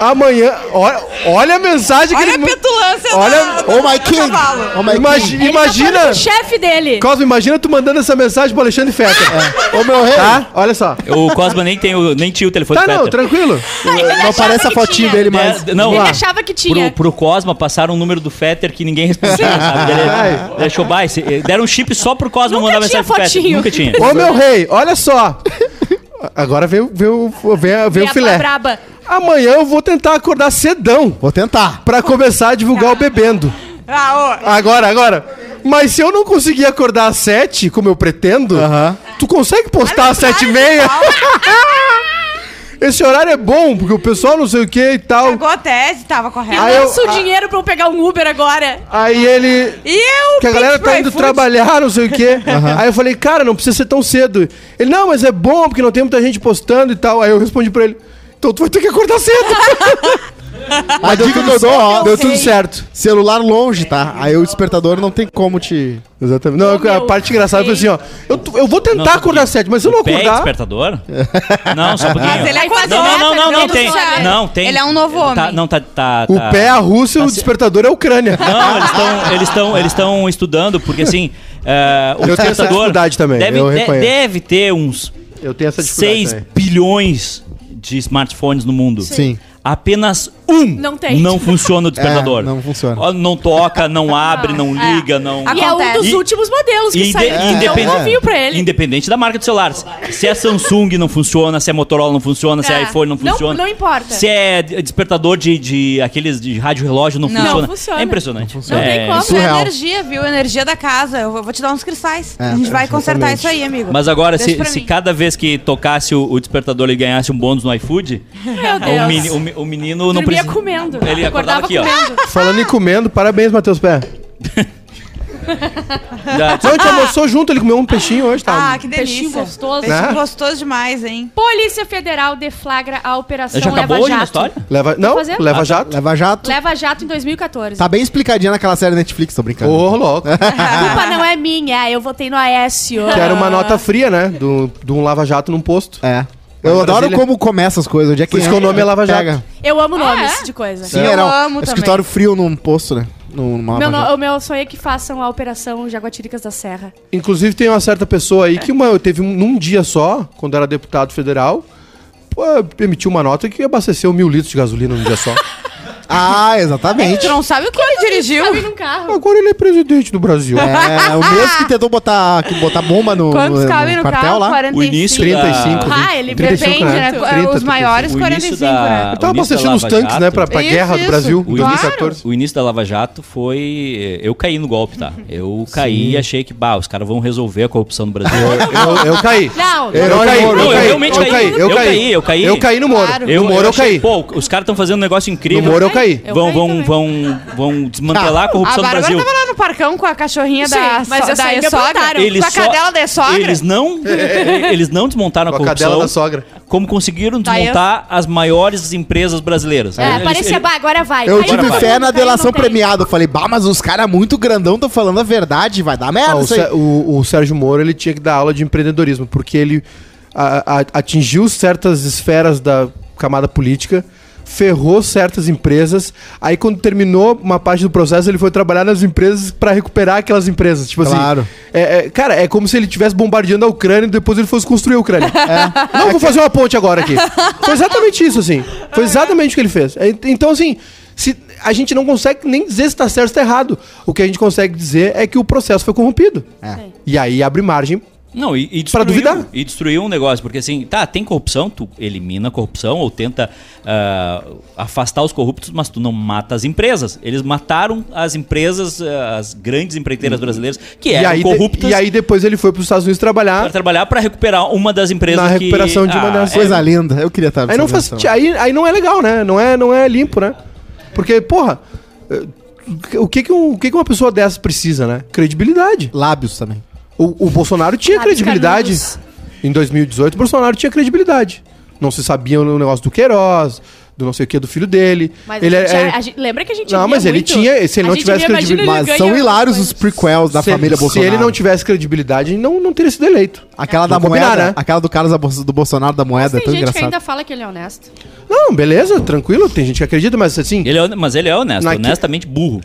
D: Amanhã. Olha, olha a mensagem que
A: Olha a
D: ele.
A: petulância
D: Olha-
A: da,
B: Oh my
A: do
B: king!
A: cavalo.
B: Oh my
D: Imagi-
B: king!
C: Ele tá
D: imagina.
C: falando do chefe dele.
D: Cosmo, imagina tu mandando essa mensagem pro Alexandre Fetter.
B: Ô meu rei!
D: Tá? Olha só.
E: O Cosma nem, tem o- nem tinha o telefone
D: Tá,
E: do
D: não,
E: Peter.
D: tranquilo.
C: Ele
B: Não
C: achava
B: aparece a
C: que
B: fotinha
C: tinha.
B: dele
E: É,
B: mais.
E: não,
C: Ele
E: lá.
C: achava que
E: Pro,
C: tinha.
E: pro Cosma passaram o número do Fetter que ninguém respondia, sabe? Ele-
D: Ai.
E: deixou baixo. Esse- Deram um chip só pro Cosma
C: Nunca
E: mandar
C: tinha
E: mensagem pro Fetter.
C: fotinho.
E: Nunca tinha.
D: Ô meu rei, olha só. Agora vem, o- vem, o- vem, a- vem o
C: Ele é
D: filé.
C: braba.
D: Amanhã eu vou tentar acordar cedão
B: Vou tentar.
D: pra começar a divulgar o bebendo.
A: Ah,
D: Agora, agora. Mas se eu não conseguir acordar às sete, como eu pretendo,
B: Aham.
D: tu consegue postar às sete e meia? Esse horário é bom, porque o pessoal não sei o que e
A: ô,
D: tal.
A: pagou a tese, tava correto.
D: Ah,
C: Eu
D: eu-
C: lanço o dinheiro pra eu pegar um Uber agora.
D: Aí ele.
A: E eu,
D: Que a
A: Pix
D: galera
A: pro
D: tá indo
A: iFood.
D: trabalhar, não sei o quê. Aí eu falei, cara, não precisa ser tão cedo. Ele, não, mas é bom, porque não tem muita gente postando e tal. Aí eu respondi pra ele, então tu vai ter que acordar cedo.
B: A dica que eu dou, ó.
D: Deu tudo certo.
B: Celular longe, tá? Aí o despertador não tem como te.
D: Exatamente. Não,
C: Ô,
D: a
C: meu
D: parte engraçada foi assim, ó. Eu, tu- eu vou tentar
E: só um
D: acordar
E: pouquinho.
D: às sete, mas se eu não
E: Pega
D: acordar.
E: despertador? Não, só um pouquinho.
A: Mas ele é
C: Aí faz
A: acordou.
E: Não, não, não, não,
C: Ele
E: não
C: não
E: tem.
C: sabe.
E: Não, tem.
A: Ele é um novo homem.
E: Tá- não, tá, tá,
D: O
E: tá-
D: pé é a Rússia, o despertador é a Ucrânia.
E: Não, eles estão eles tão, eles tão estudando, porque assim, eh, o
D: Eu tenho essa
E: despertador
D: dificuldade também,
E: deve,
D: eu
E: de-
D: reconheço.
E: deve ter uns
D: Eu tenho essa dificuldade
E: 6
D: também.
E: bilhões de smartphones no mundo.
B: Sim.
E: Apenas um
C: Não tem.
E: não funciona o despertador.
B: É, não funciona.
E: Ó, Não toca, não abre, não liga, não...
C: E Ah, é um
A: Acontece.
C: dos
E: E-
C: últimos modelos que
E: E
C: saiu.
D: É,
E: inde-
C: Então
E: independ-
C: eu confio pra ele.
E: Independente da marca do celular. Se- Se é Samsung não funciona, se é Motorola não funciona, se é
C: É.
E: iPhone não
C: Não-
E: funciona.
C: não importa.
E: Se é de- despertador de, de aqueles de rádio relógio não,
A: Não
E: funciona.
C: funciona.
E: É impressionante.
C: funciona. Não tem
E: É,
C: como.
A: Isso é
B: Surreal.
A: energia, viu? Energia da casa. Eu vou- vou te dar uns cristais. a gente vai
B: exatamente.
A: consertar isso aí, amigo.
E: Mas agora,
A: Deixa
E: se,
A: pra
E: se
A: mim.
E: cada vez que tocasse o, o despertador ele ganhasse um bônus no iFood,
C: Meu Deus.
E: É o, meni- o me- o menino não
C: Dormia
E: precisa.
C: comendo.
E: Ele acordava, aqui,
C: comendo.
D: Falando em comendo, parabéns, Matheus Pé.
E: ó. Já-
D: Não, a gente almoçou junto, ele comeu um peixinho hoje, tá?
A: Ah, que delícia.
C: Peixinho gostoso.
A: Peixinho
D: Né?
A: gostoso demais, hein?
C: Polícia Federal deflagra a Operação
E: já acabou
C: Leva
E: hoje a
C: Jato.
E: história?
D: Leva, não,
C: fazendo?
D: leva jato.
B: Leva jato.
C: Leva Jato em 2014.
B: Tá bem explicadinha naquela série Netflix, tô brincando.
D: Ô, louco.
C: A culpa não é minha, eu votei no Aécio.
D: Que era uma nota fria, né? De do, do um lava-jato num posto.
B: É.
D: Lá
B: Eu
D: em
B: adoro
D: Brasília.
B: como começa as coisas. Onde é que
D: Por isso que o nome é Lava Jato.
B: Pega.
C: Eu amo nomes
A: é?
C: de coisa.
B: Sim,
A: Eu
B: era um
A: amo
B: escritório frio num posto, né? Num- Numa
C: Meu,
B: Lava
C: no-
B: Jato.
C: o meu sonho é que façam a Operação Jaguatiricas da Serra.
D: Inclusive, tem uma certa pessoa aí que uma, teve um, num dia só, quando era deputado federal, pô, emitiu uma nota que abasteceu mil litros de gasolina num dia só.
B: Ah, exatamente.
A: Tu não sabe o que ele dirigiu?
C: Sabe num carro.
D: Agora ele é presidente do Brasil.
B: É, o mesmo que tentou botar, que botar bomba no,
A: Quantos
B: no,
A: cabem no
B: quartel
A: carro?
B: lá.
A: 45.
E: O início da...
D: 35.
C: Ah, ele
D: 35,
C: depende,
D: né?
C: né?
D: 30,
A: Os maiores,
E: o
A: 45,
E: início da...
A: né?
D: Ele tava
E: o início da
D: abastecendo os
E: é Lava
D: tanques,
E: Jato-
D: né, pra, pra
A: Isso,
D: guerra do
A: isso.
D: Brasil,
E: O
D: em
E: início,
D: 2014.
E: o início da Lava Jato foi. Eu caí no golpe, tá? Eu caí e achei que, bah, os caras vão resolver a corrupção no Brasil.
D: Eu, eu caí.
C: Não,
D: eu,
B: Herói
D: caí,
B: Moro,
D: eu
B: eu
D: caí,
E: realmente
D: eu
E: caí.
D: caí, eu
E: Eu
D: caí,
E: caí, eu caí.
D: Eu caí no Moro.
A: Claro.
D: No Moro eu caí.
E: achei, Pô, os caras estão fazendo um negócio incrível.
D: No Moro eu caí.
C: Eu
E: vão,
C: caí
E: vão,
C: também.
E: vão, vão desmantelar
A: Ah,
E: a
A: A
E: corrupção do
A: Bárbara
E: Brasil.
A: tava lá no parcão com a cachorrinha
C: Sim,
A: da,
C: mas
A: so,
C: essa
A: da
C: aí me
A: sogra.
C: apontaram.
A: Com a cadela da sogra.
E: Eles não, eles não desmontaram a
D: Com a cadela
E: corrupção.
D: da sogra.
E: Como conseguiram
A: Tá, eu-
E: desmontar as maiores empresas brasileiras.
C: É,
E: Eles-
C: parecia,
E: eles-
C: bah, agora vai.
B: Eu
C: Caiu,
B: tive
C: caiu,
B: fé na
C: caiu,
B: delação
C: não tem.
B: premiada. Eu falei, bah, mas os caras muito grandão estão falando a verdade, vai dar merda
D: Ah, o,
B: isso aí.
D: Sé- o- o Sérgio Moro ele tinha que dar aula de empreendedorismo, porque ele a- a- atingiu certas esferas da camada política, ferrou certas empresas. Aí, quando terminou uma parte do processo, ele foi trabalhar nas empresas pra recuperar aquelas empresas. Tipo
B: Claro.
D: assim. é- é- cara, é como se ele estivesse bombardeando a Ucrânia e depois ele fosse construir a Ucrânia.
B: É.
D: Não, vou fazer uma ponte agora aqui. Foi exatamente isso, assim. Foi exatamente o que ele fez. É, Então, assim. Se, a gente não consegue nem dizer se está certo ou está errado. O que a gente consegue dizer é que o processo foi corrompido.
B: É.
D: E aí abre margem.
E: Não, e, e
D: Pra
E: destruiu,
D: duvidar.
E: E destruiu um negócio, porque assim, tá, tem corrupção, tu elimina a corrupção ou tenta ah, afastar os corruptos, mas tu não mata as empresas. Eles mataram as empresas, ah, as grandes empreiteiras brasileiras, que
D: Hum. e,
E: eram
D: aí de-
E: corruptas,
D: e aí depois ele foi para os Estados Unidos
E: para
D: trabalhar.
E: trabalhar para recuperar uma das empresas
D: Na
E: que-
D: recuperação de uma
C: Ah,
D: das-
E: é,
B: Coisa linda, eu queria estar
D: Aí não, faz, sentido, aí, aí não é legal, né? Não é, não é limpo, né? Porque, porra, eh, o que, que, um- o que, que uma pessoa dessa precisa, né? Credibilidade.
B: Lábios também.
D: O, o Bolsonaro tinha
C: Lábios
D: credibilidade.
C: carnudos.
D: Em 2018, o Bolsonaro tinha credibilidade. Não se sabia o negócio do Queiroz, do não sei o que, do filho dele.
C: Mas
D: ele
C: a
D: é-
C: gente,
D: é-
C: a gente- lembra que a gente
D: Não,
C: ria
D: mas ele
C: muito?
D: tinha- se ele
C: A
D: não
C: gente
D: tivesse
C: ria, imagina,
D: credibilidade-
B: Mas
C: ele
B: são
C: ganha
B: hilários
C: coisas.
B: os prequels da
D: se,
B: família
D: se
B: Bolsonaro.
D: ele não tivesse credibilidade, ele não, não teria sido eleito.
B: Aquela da
D: Vamos
B: moeda,
D: combinar, né?
B: aquela do Carlos Abo- do Bolsonaro da moeda, é
C: Tem
B: tão
C: gente que
B: engraçado.
C: ainda fala que ele é honesto.
D: Não, beleza, tranquilo, tem gente que acredita, mas assim.
E: Ele é hon- mas ele é honesto,
D: Naque-
E: honestamente burro.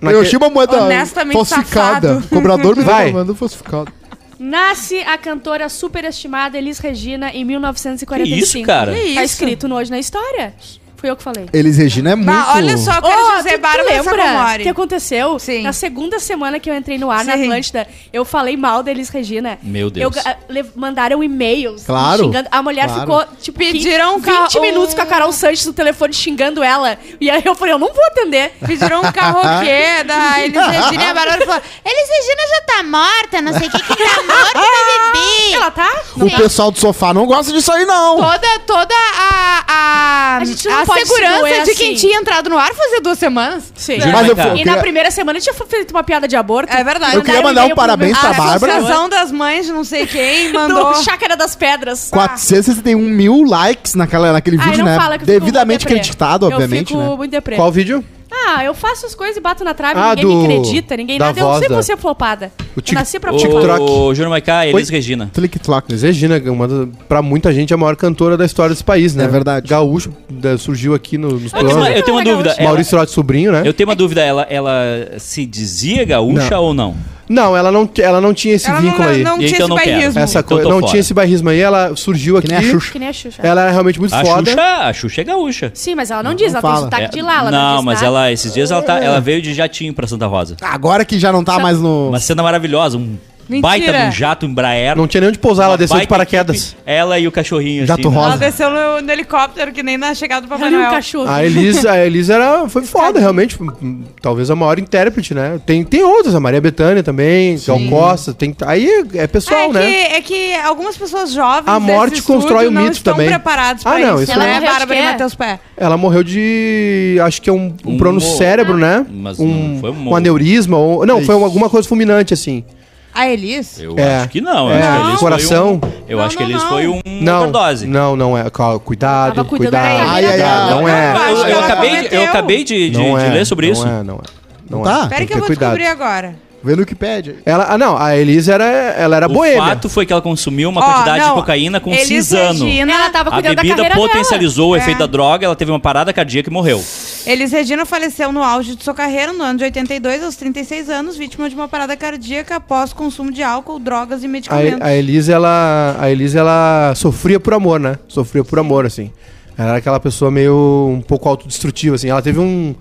D: naque-
B: Eu achei uma moeda
A: Honestamente
B: falsificada.
A: safado.
B: O cobrador me deu
D: Vai.
B: uma moeda falsificada.
C: Nasce a cantora superestimada Elis Regina em 1945.
E: Que isso, cara?
C: Tá
A: Que isso?
C: escrito no Hoje na História. Fui eu que falei.
B: Elis Regina é muito...
A: Bah, olha só, eu quero
C: Ô,
A: dizer
C: tu- tu
A: Bárbara
C: lembra o que
A: Sacomori.
C: aconteceu?
A: Sim.
C: Na segunda semana que eu entrei no ar na
A: Sim.
C: Atlântida, eu falei mal da Elis Regina.
E: Meu Deus.
C: Eu ga- le- mandaram e-mails
B: Claro,
C: me xingando. A mulher
B: claro.
C: ficou, tipo,
A: Pediram um
C: 20
A: carro-
C: minutos com a Carol Sanches no telefone xingando ela. E aí eu falei, eu não vou atender.
A: Pediram um carroquê da Elis Regina e a Bárbara falou: Elis Regina já tá morta, não sei o que que tá morta, bebê.
C: Ela tá?
B: O pessoal do sofá não gosta disso aí, não.
A: Toda, toda a, a,
C: A gente não
A: a
C: pode se
A: segurança
C: doer
A: de quem
C: assim.
A: tinha entrado no ar fazia duas semanas.
C: Sim.
E: Juro,
B: Mas eu
E: cara.
B: fui-
C: E
B: queria-
C: na primeira semana eu tinha feito uma piada de aborto.
A: É verdade.
B: Eu queria
C: Mandaram
B: mandar um
C: e-mail pro
B: parabéns
C: meu-
B: pra
A: A
B: Bárbara.
A: Associação das Mães de não sei quem mandou.
C: do Chácara das Pedras.
B: 461 mil likes naquela, naquele
C: Ai,
B: vídeo,
C: não
B: né?
C: fala que eu fico
B: Devidamente
C: muito deprê.
B: creditado, obviamente,
C: Eu fico
B: né?
C: muito deprê.
D: Qual vídeo?
C: Ah, eu faço as coisas e bato na trave,
D: Ah,
C: ninguém me
D: do-
C: acredita, ninguém
D: da
C: nada. Eu não
D: voz
C: sei
D: da-
C: por ser flopada.
D: O tic-
C: eu nasci pra
D: o
C: flopar.
D: TikTok.
E: O Júnior Maicá, Elis
D: Oi?
E: Regina.
B: Click Tlac.
D: Elis Regina, né? uma da- pra muita gente, é a maior cantora da história desse país, né?
B: É verdade.
D: Gaúcho da- surgiu aqui no, nos
E: Eu tenho uma,
D: programas.
E: eu tenho uma
C: Ela é
E: dúvida. Ela-
D: Maurício Rotti Sobrinho, né?
E: eu tenho uma dúvida, ela, ela se dizia gaúcha
D: Não.
E: ou não?
D: Não, ela não, ela não tinha esse
A: Ela não,
C: é-
D: vínculo aí.
A: não
E: E
A: tinha
E: então
A: esse
E: não quero.
A: bairrismo.
D: Essa
E: Então
D: coisa.
E: tô
D: Não
E: fora.
D: tinha esse barrismo aí, ela surgiu aqui.
B: Que nem a Xuxa.
C: Que nem a Xuxa.
D: Tá.
B: É.
D: Ela era realmente muito
E: A
D: foda.
E: Xuxa, a Xuxa é gaúcha.
C: Sim, mas ela não diz,
B: Não
C: ela tem
A: Tá
B: fala.
C: sotaque
E: É,
C: de lá, ela não
E: não,
C: diz "Ah,
E: mas
C: nada.
E: ela esses dias ela, tá,
D: É.
E: ela veio de jatinho pra Santa Rosa.
B: Agora que já não tá mais no...
E: Uma cena maravilhosa, um
A: Mentira.
E: baita de um jato Embraer.
D: Não tinha nem onde pousar, ela desceu de paraquedas.
E: Ela e o cachorrinho
B: Jato
E: né?
A: Ela
B: rosa.
A: desceu no, no helicóptero, que nem na chegada do Papai
C: Ela e o
A: Noel.
C: cachorro.
D: A Elis, a Elis era, foi foda, realmente. Hum, Talvez a maior intérprete, né? Tem, tem outras, a Maria Bethânia também, Gal Costa. Tem, aí é- é
A: Ah, é,
D: pessoal,
A: que,
D: né?
A: é que algumas pessoas jovens
D: A
A: desse
D: morte
A: estúdio
D: constrói o
A: não
D: mito
A: estão
D: também.
A: preparados
D: Ah,
A: pra
D: não,
A: isso,
D: isso
A: né,
C: é-
A: Bárbara e
C: Ela
A: Matheus Pé?
D: Ela morreu de. Acho que é um, um
E: Um
D: problema no
E: mo-
D: cérebro, né?
E: Mas
D: um,
E: não foi um
D: um aneurisma. Ou, não, foi
B: Ixi.
D: alguma coisa fulminante, assim.
A: A Elis?
E: Eu
D: É.
E: acho que não. Eu
D: É,
E: acho que eles
D: coração.
E: foi um- eu
A: Não,
E: acho que
A: não,
E: eles
A: não.
E: foi um
D: Não.
E: overdose.
D: Não, não é. Calma, cuidado,
C: Tava cuidando
D: cuidado.
C: da
B: carreira Ai, dela. ai, ai.
D: Não
A: Eu
D: é.
A: acho
E: Eu,
A: que
E: eu
A: ela
E: acabei,
A: cometeu.
E: eu acabei de, de-
D: Não
E: de
D: é,
E: ler sobre
D: não
E: isso.
D: É, não é. Não
B: Tá.
D: é. Tem
A: Espera que eu
D: ter
A: vou
D: cuidado.
A: descobrir agora.
B: Vê no Wikipedia.
D: Ela, ah, não, a Elis era, ela era
E: O
D: boêmia.
E: fato foi que ela consumiu uma
A: Ó,
E: quantidade
A: não,
E: de cocaína com
A: Elis
E: 6 anos.
A: Regina-
C: Ela tava
E: A
C: cuidando da
E: bebida
C: carreira
E: potencializou o efeito
A: É.
E: da droga, ela teve uma parada cardíaca e morreu.
A: Elis Regina faleceu no auge de sua carreira, no ano de 82, aos 36 anos, vítima de uma parada cardíaca após consumo de álcool, drogas e
D: A,
A: medicamentos.
D: a Elis, ela, a Elis, ela sofria por amor, né? Sofria por amor, assim. Ela era aquela pessoa meio um pouco autodestrutiva, assim. Ela teve um,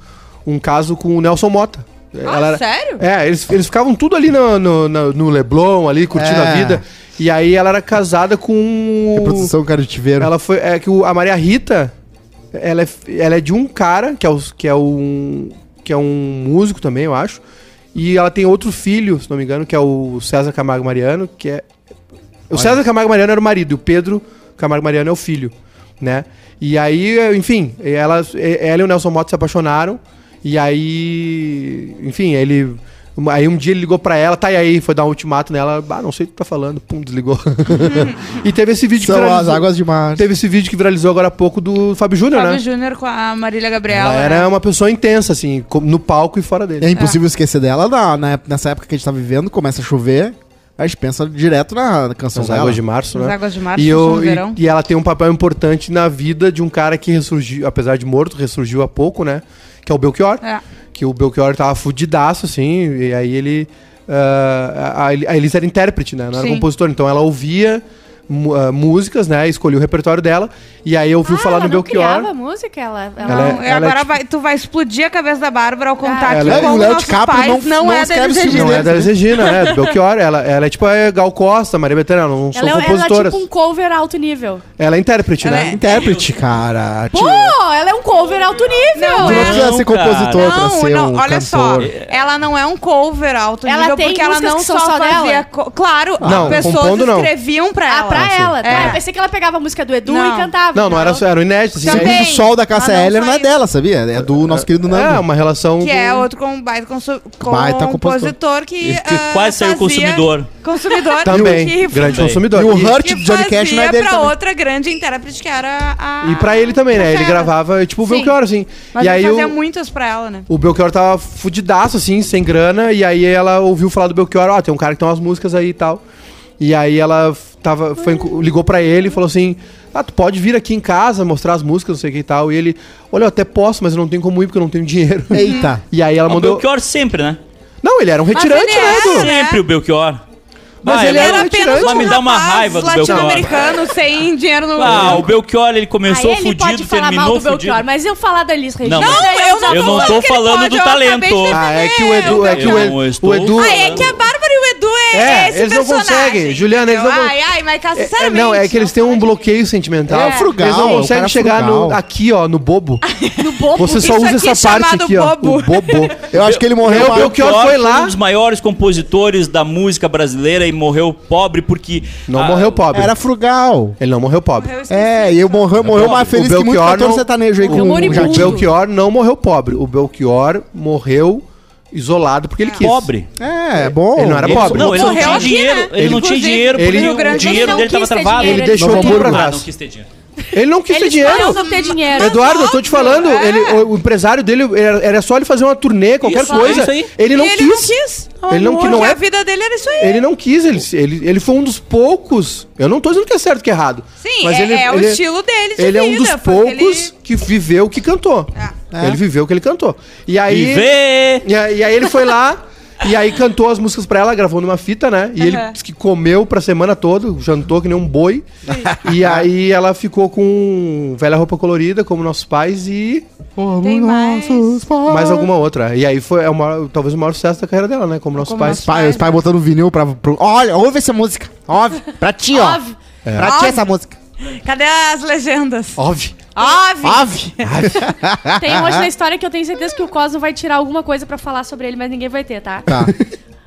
D: um caso com o Nelson Mota. Ela era-
A: sério?
D: É, eles, eles ficavam tudo ali no, no, no- no Leblon, ali, curtindo
B: É.
D: a vida. E aí ela era casada com. o-
B: Reprodução carditiveira.
D: Ela foi. É que o- a Maria Rita, ela é, f- ela é de um cara, que é, os- que é um. que é um músico também, eu acho. E ela tem outro filho, se não me engano, que é o César Camargo Mariano, que é. O César Camargo Mariano era o marido, e o Pedro Camargo Mariano é o filho, né? E aí, eh, enfim, ela, ela e o Nelson Mota se apaixonaram. E aí. Enfim, ele. Aí um dia ele ligou pra ela, tá e aí, foi dar um ultimato nela, ah, não sei o que tu tá falando, pum, desligou. e teve esse vídeo
B: São as
D: viralizou-
B: águas de mar.
D: Teve esse vídeo que viralizou agora há pouco do Fábio Júnior,
A: Fábio
D: né?
A: Júnior com a Marília Gabriela.
D: Ela
A: né?
D: era uma pessoa intensa, assim, co- no palco e fora dele.
B: É impossível esquecer dela na, na ép- nessa época que a gente tá vivendo, começa a chover, a gente pensa direto na canção
D: Nas
B: dela.
D: águas de março,
A: Nas
D: né?
A: águas de março,
D: e,
A: no
D: eu,
A: verão.
D: e, e ela tem um papel importante na vida de um cara que ressurgiu, apesar de morto, ressurgiu há pouco, né? Que é o Belchior.
A: É.
D: Que o Belchior tava fudidaço, assim, e aí ele. ah, a, a a Elis era intérprete, né? Não era
A: Sim.
D: compositora. Então ela ouvia mu- ah, músicas, né? Escolhia o repertório dela. E aí ouviu
C: Ah,
D: falar
C: ela
D: no
C: não
D: Belchior.
C: criava música, ela... ela-
D: Ela
A: Não,
D: é- ela
A: Então, agora
D: é tipo-
A: vai- tu vai explodir a cabeça da Bárbara ao contar
B: Ah,
A: que
B: ela é-
A: como
B: o Léo
A: nossos
B: DiCaprio
A: pais
B: não-
A: não,
B: não
A: é da
B: escreve
A: Elis
B: sobre
A: Regina.
D: Não é da Elis Regina, né? Belchior, ela, ela é tipo a Gal Costa, Maria Bethânia, ela não são
C: Ela, é- ela é
D: compositoras.
C: tipo um cover alto nível.
D: Ela é intérprete,
A: Ela
D: né?
A: é-
B: Intérprete, cara.
C: Pô, ela é um cover alto nível.
A: Não
B: Tu não
A: é.
B: precisa ser
E: Não, cara.
B: compositor pra
A: Não,
B: ser
A: não,
B: um
A: olha só.
B: cantor.
A: Ela não é um cover alto
C: Ela
A: nível,
C: tem
A: porque ela
C: músicas
A: não
C: que são
A: só
C: só
A: fazia.
C: dela?
A: co- Claro,
D: Não,
A: pessoas
D: compondo não.
A: escreviam pra
C: Ah,
A: ela.
C: pra pra
B: sei.
C: ela, tá?
A: É.
C: Eu pensei que ela pegava a música do Edu
A: Não.
C: e cantava.
D: Não, não era, só- era o inédito, assim.
A: Também.
D: né?
B: Segundo o sol da Caça
A: Ah, não,
B: Heller não
A: só
B: é
A: isso.
B: dela, sabia? É do nosso querido
D: É,
B: Nando.
D: uma relação.
A: Que
D: do-
A: é outro com baita, consu-
B: Baita compositor.
A: compositor que.
E: Que
A: ah,
E: quase
A: fazia-
E: saiu consumidor.
A: Consumidor.
D: Também.
A: Que,
D: Grande
E: Também.
D: consumidor.
B: E o
D: E-
B: Hurt
A: que
B: de Johnny Cash não é
A: fazia
B: dele
A: pra
B: também.
A: outra grande intérprete que era a.
D: E pra ele também, né? Ele
A: Rafaela.
D: gravava, tipo, o
A: Sim.
D: Belchior, assim.
A: Mas
D: e
A: ele
D: aí
A: fazia
D: o,
A: muitas pra ela, né?
D: o Belchior tava fudidaço, assim, sem grana. E aí ela ouviu falar do Belchior, ó, tem um cara que tem umas músicas aí e tal. E aí ela f- tava, foi, enco- ligou pra ele e falou assim: Ah, tu pode vir aqui em casa mostrar as músicas, não sei o que e tal. E ele, olha, eu até posso, mas eu não tenho como ir porque eu não tenho dinheiro.
B: Eita.
D: E aí ela
E: O
D: Ah, mandou.
E: Belchior sempre, né?
D: Não, ele era um retirante,
A: ele
D: né?
A: era,
D: Edu?
A: né?
E: Sempre o Belchior.
D: Mas
E: Ah,
D: ele
E: eu
D: era
E: não-
D: apenas
E: Mas
D: um
E: me dá uma raiva do Belchior.
A: latino-americano sem dinheiro no.
E: Ah, o Belchior, ele
C: Aí
E: começou
C: Ah, ele pode
E: fudido,
C: falar mal
E: terminou
C: do
E: fudido.
C: Belchior, mas eu falar da Liz Regina...
E: Não,
C: isso daí
A: eu
C: já
E: Eu não
A: falando
E: tô
A: que ele
E: falando
A: pode,
E: do
A: eu acabei de
E: talento.
A: defender.
D: Ah, é que o Edu. É que
E: Eu
D: o
E: não
D: Edu. O
E: estou
D: Edu
A: um Ah, é que a Bárbara e o Edu é,
D: É,
A: esse
D: eles não
A: personagem,
D: conseguem. Juliana, eles não
A: entendeu?
D: vão-
A: Ai, ai, mas tá
D: É,
A: sinceramente.
D: é, não, é que eles têm um bloqueio sentimental.
B: É, frugal,
D: Eles não
B: é um
D: conseguem
B: cara
D: chegar no,
B: frugal.
D: aqui, ó, no bobo.
C: No bobo.
D: Você só
A: Isso
D: usa
A: aqui é
D: essa parte
A: chamado
D: aqui, ó.
A: bobo.
D: O bobo.
B: Eu acho que ele morreu.
D: Meu
B: uma-
D: Belchior foi lá-
E: Um dos maiores compositores da música brasileira e morreu pobre porque.
D: Não
E: ah,
D: morreu pobre.
B: Era frugal.
D: Ele não morreu pobre.
A: Eu esqueci.
B: É, e eu morreu, morreu mais feliz que muito cantor
D: não-
B: sertanejo aí
D: o-
B: com um
C: o
B: o
C: Moribundo.
D: O
B: Jatinho.
D: Belchior não morreu pobre. O Belchior morreu isolado porque ele
A: Ah.
D: quis.
E: Pobre.
B: É, bom.
D: Ele não era
E: Ele-
D: pobre.
E: Não, ele não
A: Morreu
E: tinha
A: aqui,
E: dinheiro.
A: né?
E: Ele, não tinha
A: Inclusive,
E: dinheiro
D: ele-
E: porque
D: Rio
E: o
A: Grande do
E: dinheiro
A: Sul
E: dele tava
C: quis ter
E: travado.
C: dinheiro,
D: Ele deixou
B: Novo
D: tudo pra
B: Hamburgo.
E: Ah, não
D: trás.
E: quis ter dinheiro.
D: Ele não quis ter
C: Eles
D: dinheiro.
C: falam não ter dinheiro.
D: Eduardo, eu tô te falando,
A: óbvio,
D: ele- o, o empresário dele era, era só ele fazer uma turnê, qualquer
B: é
E: Isso,
D: coisa.
E: isso aí.
D: Ele não
A: e ele
D: quis.
A: não quis.
D: Ele não- que não
A: Porque
D: é-
A: a vida dele era isso aí.
D: Ele não quis, ele, ele, ele foi um dos poucos. Eu não tô dizendo que é certo que é errado.
A: Sim, é, é o estilo dele de
D: Ele é um
A: vida,
D: dos
A: foi o que
D: poucos
A: ele- Ah.
D: que viveu o que cantou.
B: É.
D: Ele viveu o que ele cantou. E aí.
E: E vê!
D: E aí, e aí ele foi lá. E aí cantou as músicas pra ela, gravou numa fita, né? E ele
A: Aham.
D: disse que comeu pra semana toda, jantou que nem um boi. E aí ela ficou com velha roupa colorida, como nossos pais, e
A: Tem mais.
D: mais alguma outra. E aí foi é o maior- talvez o maior sucesso da carreira dela, né? Como nossos
A: Uhum. Como
D: pais.
B: Os pais, os pais botando vinil pra. pro- Olha, ouve essa música. Ouve. Pra ti, ó. É.
C: Óbvio.
B: Pra ti
A: Óbvio.
B: essa música.
A: Cadê as legendas?
D: Óbvio.
A: Óbvio.
B: Ave.
C: Tem hoje na história que eu tenho certeza que o Cosmo vai tirar alguma coisa pra falar sobre ele, mas ninguém vai ter, tá?
B: Tá.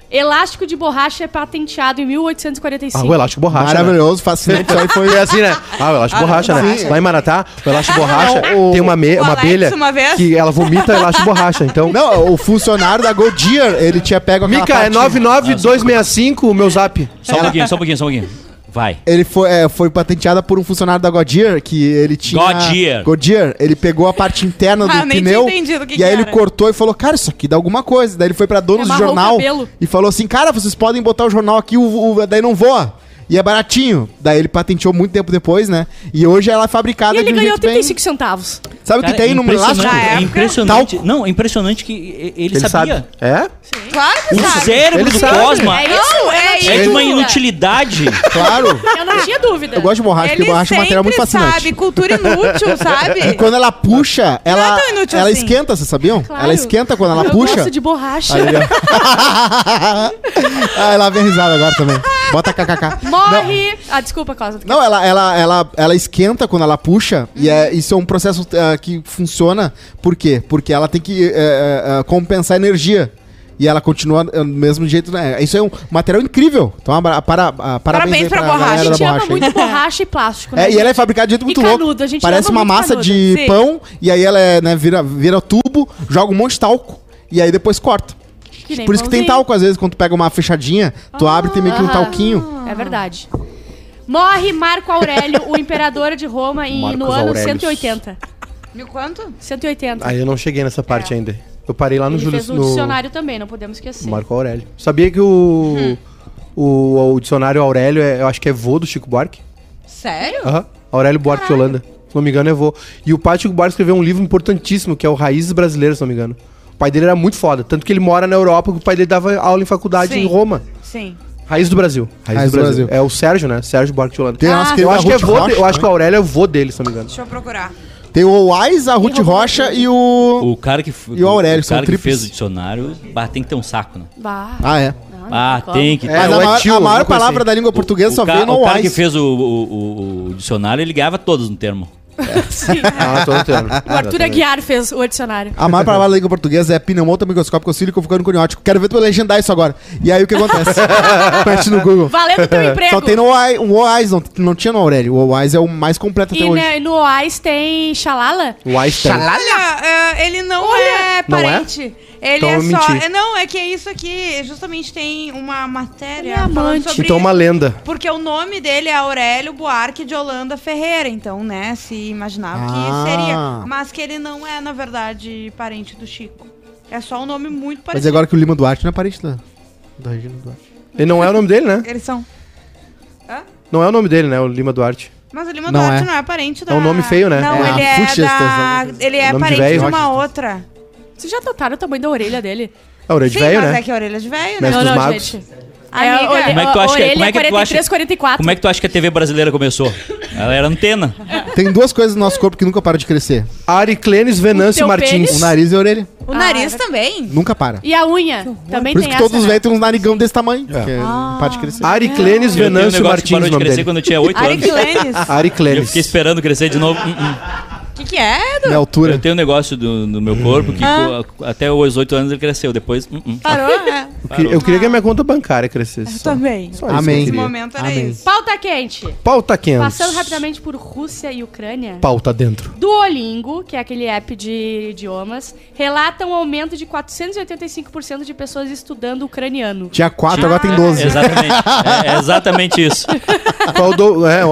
C: Elástico de borracha é patenteado em
D: Ah,
C: 1845.
D: o elástico borracha. né?
B: Maravilhoso, fascinante. Isso aí foi.
D: É assim, né? Ah, o elástico borracha, né? Lá em Maratá, o elástico borracha
B: o-
D: tem uma, me-
A: o
D: uma
A: Alex,
D: abelha
A: uma vez.
D: que ela vomita elástico borracha. Então.
B: Não, o funcionário da Goodyear, ele tinha pego aquela
D: Mica, é
B: parte-
D: 99265 o meu zap.
E: Só um pouquinho, só um pouquinho, só um pouquinho. Vai.
B: Ele foi, é, foi patenteada por um funcionário da Goodyear, que ele tinha...
E: Goodyear.
B: Goodyear. Ele pegou a parte interna do
A: Ah, eu nem
B: pneu
A: tinha entendido o que
B: e
A: que
B: aí ele
A: era.
B: cortou e falou, cara, isso aqui dá alguma coisa. Daí ele foi pra donos de
C: Amarrou o
B: jornal
C: cabelo.
B: e falou assim, cara, vocês podem botar o jornal aqui, o, o- daí não voa. E é baratinho. Daí ele patenteou muito tempo depois, né? E hoje ela é fabricada
C: E ele
B: de um
C: ganhou
B: jeito bem...
C: 35 centavos.
B: Sabe o
E: Cara,
B: que tem no elástico?
A: Na época-
E: impressionante, né? impressionante. Não, é impressionante que e- ele, sabia.
D: É?
A: Claro que
E: O
A: sabe.
E: cérebro
D: Ele
E: do
D: sabe.
E: Cosma
C: É
E: é,
A: é
C: isso? Eu não tinha
E: de uma
C: dúvida.
E: inutilidade.
B: Claro.
C: Eu não tinha dúvida.
B: Eu gosto de borracha,
A: Ele
B: porque borracha é um material muito
A: sempre
B: fascinante.
A: sabe, cultura inútil, sabe?
B: E quando ela puxa, ela,
A: tão inútil
B: ela
A: assim.
B: esquenta, vocês sabiam?
C: Claro.
B: Ela esquenta quando ela
C: eu
B: puxa.
C: gosto de borracha.
B: ah, ela vem risada agora também. Bota kkk.
C: Morre! Ah, desculpa, Cosmo.
B: Não, ela, ela, ela, ela esquenta quando ela puxa, e é, isso é um processo ah, que funciona. Por quê? Porque ela tem que eh, eh, ah, compensar a energia. E ela continua ah, do mesmo jeito, né? Isso é um material incrível. Então, abra- para, ah, parabéns
A: Parabéns
B: aí
A: pra
B: galera
A: borracha.
C: A
A: era
B: da
C: gente ama
B: borracha aí.
C: muito borracha e plástico, né?
B: É, e ela é fabricada de jeito muito
C: canudo,
B: louco.
C: a gente
B: Parece
C: ama
B: uma
C: muito
B: massa
C: canudo,
B: de
A: sim.
B: pão, e aí ela é, né, vira, vira tubo, joga um monte de talco, e aí depois corta.
C: Que nem
B: tipo Por isso que tem
C: pãozinho.
B: talco, às vezes, quando tu pega uma fechadinha, tu abre e tem meio que um
C: Aham.
B: talquinho.
C: É verdade. Morre Marco Aurélio, o imperador de Roma, em, no
D: Marcos
C: ano
D: Aurelius.
C: 180.
A: Mil quanto?
C: 180.
D: Aí eu não cheguei nessa parte ainda. Eu parei lá no
C: Ele
D: Júlio.
C: fez um
D: no
C: dicionário também, não podemos esquecer.
D: Marco Aurélio. Sabia que o, o, o dicionário Aurélio, é- eu acho que é vô do Chico Buarque?
A: Sério?
D: Aham. Aurélio Buarque de Holanda. Se não me engano, é vô. E o pai de Chico Buarque escreveu um livro importantíssimo, que é o Raízes Brasileiras, se não me engano. O pai dele era muito foda. Tanto que ele mora na Europa, que o pai dele dava aula em faculdade
A: Sim.
D: em Roma.
A: Sim.
D: Raiz do Brasil. Raiz, do, Brasil. É o Sérgio, né? Sérgio Buarque de Holanda.
B: Tem a nossa
D: eu
B: querida
D: acho que é
B: Ruth
D: vô
B: Rocha,
D: de- eu acho
B: né?
D: que a Aurélia é vô dele, se não me engano.
A: Deixa eu procurar.
B: Tem o Oás, a Ruth Rocha e o...
E: O cara que f-
B: E o Aurélio,
E: o cara
B: são
E: que
B: tríplices.
E: fez o dicionário, bah, tem que ter um saco, né?
C: Bah.
B: Ah, é.
C: Não, não
E: Ah,
C: tem como.
E: tem que ter.
D: É,
B: Mas a
D: o
B: maior,
D: Etio,
B: a maior
D: alguma coisa
B: palavra
D: assim.
B: da língua portuguesa
E: o
B: só
E: ca-
B: veio no
E: o cara que
B: Oás.
E: fez o, o- o- o dicionário, ele ganhava todos no termo.
C: Sim.
D: Ah, tô notando.
C: O Arthur Aguiar fez o dicionário.
B: A maior palavra da língua portuguesa é pneumoto microscópico sílico ficando coniótico. Quero ver tu legendar isso agora. E aí o que acontece? Mete no Google. É,
C: Valendo teu emprego.
B: Só tem no OI, um OIS, não, não tinha no Aurélio. O OIS é o mais completo até
C: E
B: hoje.
C: né, no OAS tem Xalala?
D: O Einstein.
A: Olha, ah, ele não é
D: Não é?
A: parente. Ele
D: Então
A: é
D: eu
A: só.
D: menti.
A: é, Não, é que é isso aqui. Justamente tem uma
C: Ele é
A: matéria falando
C: amante.
A: sobre
D: Então é uma lenda.
A: Porque o nome dele é Aurélio Buarque de Holanda Ferreira, então, né, se imaginava
B: Ah.
A: que seria. Mas que ele não é, na verdade, parente do Chico. É só um nome muito
B: Mas
A: parecido.
B: agora que o Lima Duarte não é parente da, da Regina Duarte.
D: Ele não é o nome dele, né?
A: Eles são. Hã?
D: Não é o nome dele, né? O Lima Duarte.
A: Mas o Lima
B: Não
A: Duarte
B: é.
A: não é parente da...
D: É um nome feio, né?
A: Não,
B: É,
A: ele é
B: Rochester,
A: da...
B: sabe?
A: Ele é
D: Nome de
A: parente
D: velho,
A: de, uma
D: Rochester.
A: outra.
C: Vocês já notaram o tamanho da orelha dele?
D: É o Red
A: Sim,
D: Velho,
A: mas
D: né?
A: é que é orelha de velho, né?
D: Mestre dos Magos.
C: É,
A: Amiga.
C: a orelha,
E: Como é que tu
C: a
E: acha que-
C: orelha
E: como é que tu acha-
C: 43, 44.
E: Como é que tu acha que a TV brasileira começou? Ela era antena.
B: Tem duas coisas no nosso corpo que nunca param de crescer.
D: Ariclenes Venâncio
C: teu
D: Martins.
B: O
C: pênis?
B: nariz e a orelha.
A: O
C: Ah,
A: nariz
C: é-
A: também.
B: Nunca para.
C: E a unha? Também
B: Por isso
C: tem
B: que
C: essa.
B: todos os
C: né?
B: velhos têm uns narigão desse tamanho. Que é-
A: Ah.
B: não para de crescer.
D: Ariclenes
E: Eu tenho um
D: Venâncio
E: negócio que
D: Martins,
E: parou
D: o
E: de
D: nome
E: crescer
D: dele.
E: quando eu tinha 8
A: Ari
E: anos.
A: Glenis.
E: Eu
D: Ariclenes.
E: fiquei esperando crescer de novo. Hum, hum.
A: O que que é, Edu?
B: Na altura.
E: Eu tenho um negócio do, no meu corpo que
A: Ah.
E: co- até os 8 anos ele cresceu, depois. hum, hum.
A: Parou, né?
D: Eu queria- Eu queria que a minha conta bancária crescesse.
A: Eu
D: só.
A: também.
D: Só isso que eu
B: Amém.
A: Esse
D: queria.
A: momento era
B: Amém.
A: isso.
C: Pauta quente.
D: Pauta quente.
C: Passando rapidamente por Rússia e Ucrânia.
D: Pauta dentro.
C: Duolingo, que é aquele app de idiomas, relata um aumento de 485% de pessoas estudando ucraniano.
B: Tinha quatro, agora tem 12.
E: Exatamente. É, é exatamente isso.
D: Qual do, é, o,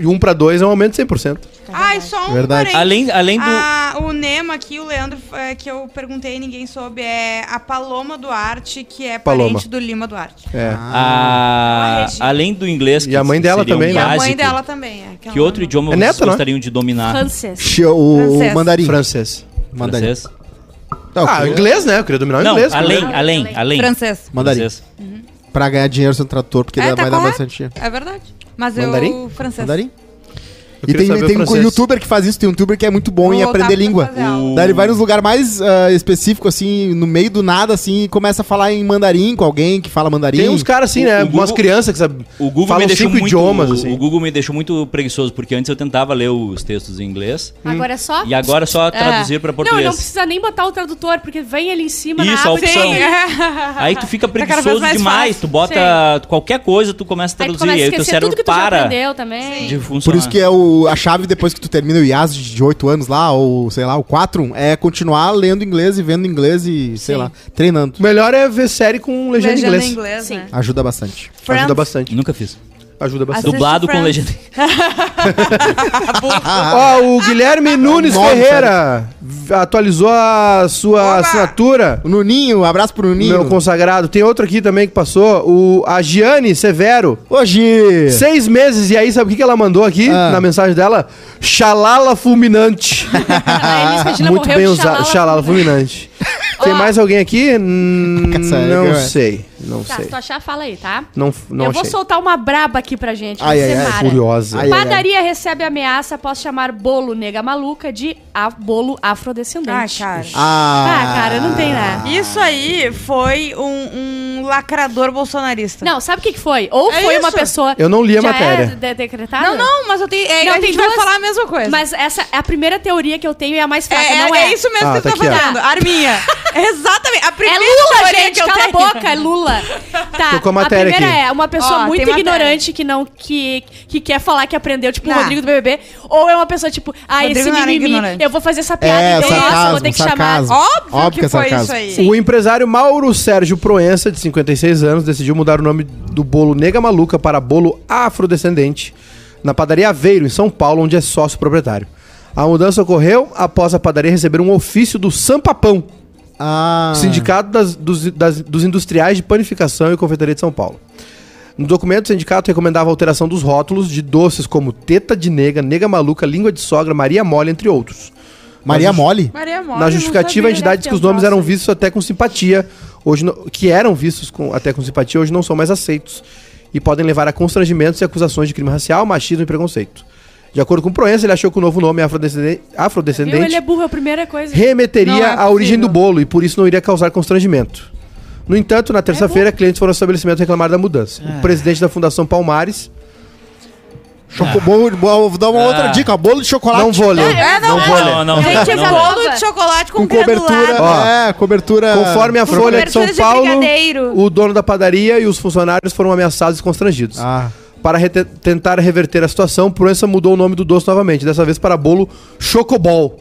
D: o, 1 pra 2 é um aumento de 100%.
A: Ai, só um
B: Verdade.
A: parênteses.
E: Além, além do.
A: Ah, o Nema aqui, o Leandro, eh, que eu perguntei e ninguém soube, é a Paloma Duarte, que é
D: Paloma.
A: parente do Lima Duarte.
D: É.
E: Ah, a- além do inglês, que
D: E a mãe dela
E: seria um
D: também,
A: E
D: né?
A: a
E: básico,
A: mãe dela também. É,
E: Que outro idioma
D: É
E: vocês
D: neto, né?
E: gostariam de dominar?
C: Francês.
B: Tinha O,
A: Francês.
B: o mandarim.
D: Francês.
B: Mandarim.
E: Francês?
B: Tá, o
D: Ah,
B: que-
D: inglês, né? Eu queria dominar o
E: Não,
D: inglês.
E: além,
D: primeiro.
E: além, além.
A: Francês.
B: Mandarim.
E: Francês.
B: Pra ganhar dinheiro sendo tradutor, porque
A: É,
B: dá-
A: tá
B: vai dar
A: correto.
B: bastante dinheiro.
A: É verdade. Mas
D: Mandarim?
A: eu... Francês.
B: Mandarim?
D: Eu
B: E
D: queria
B: tem,
D: saber
B: tem um
D: francês.
B: youtuber que faz isso, tem um youtuber que é muito bom
A: Vou
B: em
A: voltar
B: aprender
A: pra
B: língua.
A: fazer aula.
B: Daí ele vai nos lugares mais ah, específicos, assim, no meio do nada, assim, e começa a falar em mandarim com alguém que fala mandarim.
D: Tem uns caras assim, né?
E: O- o Google-
D: Umas crianças que sabe,
E: O Google
D: falam
E: me deixou
D: cinco
E: muito,
D: idiomas,
E: o-
D: assim.
E: O Google me deixou muito preguiçoso, porque antes eu tentava ler os textos em inglês.
B: Hum.
C: Agora é só.
E: E agora é só traduzir pra
C: Não,
E: português.
C: não precisa nem botar o tradutor, porque vem ali em cima na
E: Isso, é a
C: aba e
E: opção.
C: tem- Tá,
E: Aí tu fica
A: cada vez
E: preguiçoso
A: mais
E: demais.
A: fácil.
E: Tu bota qualquer coisa, tu começa a
C: Aí tu
E: traduzir.
C: começa a
E: Aí, teu
C: esquecer tudo
E: cérebro
C: que tu já
E: para
C: aprendeu também.
E: de funcionar.
B: Por isso
D: né?
B: que é o, a chave depois que tu termina o IAS de 8 anos lá, ou sei lá, o 4, é continuar lendo inglês e vendo inglês e, sei
C: Sim.
B: lá, treinando.
D: O melhor é ver série com
A: Legenda
D: legenda, em
A: em
D: inglês.
A: inglês,
C: Sim.
A: né?
B: Ajuda bastante.
A: Friends.
D: Ajuda bastante.
E: Nunca fiz.
D: Ajuda bastante.
A: Assiste
E: Dublado com
A: Friends.
E: legenda.
D: Ó, o
A: Ah.
D: Guilherme Nunes
B: Nome,
D: Ferreira v- atualizou a sua
A: Oba!
D: assinatura.
B: O Nuninho, abraço pro Nuninho.
D: Meu consagrado. Tem outro aqui também que passou. O, a Giane Severo.
B: Hoje!
D: Seis meses, e aí sabe o que que ela mandou aqui
B: É. Ah.
D: na mensagem dela? Xalala fulminante.
C: Ah, Aí Elis Regina
D: Muito
C: morreu
D: bem
C: de
D: usado. Xalala fulminante. Tem mais alguém aqui? Hum,
B: Sério,
D: não
B: cara.
D: sei. Não
C: Tá,
D: sei.
C: se tu achar, fala aí, tá?
D: Não, f- não
C: Eu
D: achei.
C: vou soltar uma braba aqui pra gente.
B: Ai, ai,
C: você
B: ai,
C: para.
D: Curiosa.
B: Ai, ai, ai.
C: Padaria recebe ameaça após chamar bolo nega maluca de a- bolo
A: Ah,
C: afrodescendente.
A: cara.
B: Ah,
C: Ah, cara, não tem nada.
A: Isso
D: Ah,
A: aí foi um, um lacrador bolsonarista.
C: Não, sabe o que que foi? Ou
A: É
C: foi uma
A: isso.
C: pessoa.
D: Eu não li a
C: Já
D: matéria.
C: É de- decretada?
A: não, não, mas eu tenho. É,
C: Não,
A: a
C: tem
A: gente vai
C: duas-
A: falar a mesma coisa.
C: Mas essa é a primeira teoria que eu tenho e é a mais
A: é,
C: fraca, não
A: é-
C: é?
A: é isso mesmo
D: Ah,
A: que
D: tá
A: você
D: aqui, ó.
A: tá fazendo. Arminha. Exatamente. A
C: É
A: primeira
C: Lula,
A: teoria
C: gente,
A: que eu
C: cala a
A: tenho.
C: boca, é Lula. Tá,
D: Tô com a matéria
C: primeira
D: aqui.
C: é uma pessoa
A: Ó,
C: muito
A: tem
C: ignorante que não que, que quer falar que aprendeu, tipo o
A: Não.
C: Rodrigo do BBB, ou é uma pessoa tipo, ah,
A: Rodrigo
C: esse
A: não era
C: mimimi,
A: ignorante.
C: eu vou fazer essa piada,
B: É,
C: então nossa, eu vou
B: sarcasmo,
C: ter que chamar.
B: sarcasmo.
A: Óbvio,
B: Óbvio
A: que
B: é
A: foi isso
B: sarcasmo.
A: aí.
D: O empresário Mauro Sérgio Proença, de 56 anos, decidiu mudar o nome do bolo Nega Maluca para bolo afrodescendente na padaria Aveiro, em São Paulo, onde é sócio proprietário. A mudança ocorreu após a padaria receber um ofício do Sampapão,
B: Ah.
D: Sindicato das- dos, das- dos Industriais de Panificação e Confeitaria de São Paulo. No documento, o sindicato recomendava a alteração dos rótulos de doces como teta de nega, nega maluca, língua de sogra, Maria Mole, entre outros.
B: Maria
D: Mas-
B: Mole?
A: Maria é Mole,
D: Na
A: não
D: justificativa, a
A: sabia.
D: entidade diz que os nomes
C: um
D: eram vistos até com simpatia, hoje não- que eram vistos com- até com simpatia, hoje não são mais aceitos e podem levar a constrangimentos e acusações de crime racial, machismo e preconceito. De acordo com Proença, ele achou que o novo nome é afrodescendente,
C: Viu? Ele
D: afrodescendente
C: é burro, é a primeira coisa.
D: remeteria
A: Não é
D: à origem do
A: possível.
D: bolo e por isso não iria causar constrangimento. No entanto, na
A: É
D: terça-feira, clientes foram ao estabelecimento reclamar da mudança. O presidente da Fundação Palmares,
B: Chocobo, vou dar uma
E: Ah.
B: outra dica. Bolo de chocolate
D: Não vou
C: Ah,
D: ler.
A: É,
D: Não vou ler.
E: Não, não,
A: Gente, é
E: não.
A: bolo de chocolate com,
B: com cobertura.
A: granulado.
D: Ó,
B: é, cobertura.
D: Conforme a Folha de São
A: Cobertura de
D: Paulo,
A: brigadeiro.
D: o dono da padaria e os funcionários foram ameaçados e constrangidos.
B: Ah.
D: Para rete- tentar reverter a situação, Proença mudou o nome do doce novamente, dessa vez para bolo Chocobol.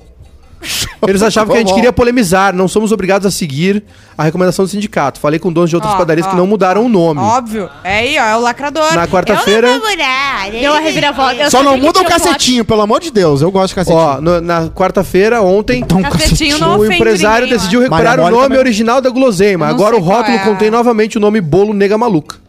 D: Eles achavam que a gente
B: Chocobol.
D: queria polemizar, não somos obrigados a seguir a recomendação do sindicato. Falei com donos de outras
A: Ó,
D: padarias que
A: ó,
D: não mudaram o nome.
A: Óbvio. É aí, ó, é o lacrador.
D: Na quarta-feira-
A: Eu vou né? namorar.
C: Deu a reviravolta. Eu
B: Só não
C: sei que
B: muda o
C: tinha
B: cacetinho, pelo amor de Deus. Eu gosto de cacetinho.
D: Ó, no- na quarta-feira, ontem,
B: Então,
A: Cafetinho não
D: o
A: ofende
D: empresário
A: ninguém, ó.
D: decidiu
B: Maria
D: recuperar o
B: Mole
D: nome
B: também.
D: original da guloseima.
A: Eu não
D: Agora o
A: sei qual
D: rótulo
A: é a-
D: contém novamente o nome Bolo Nega Maluca.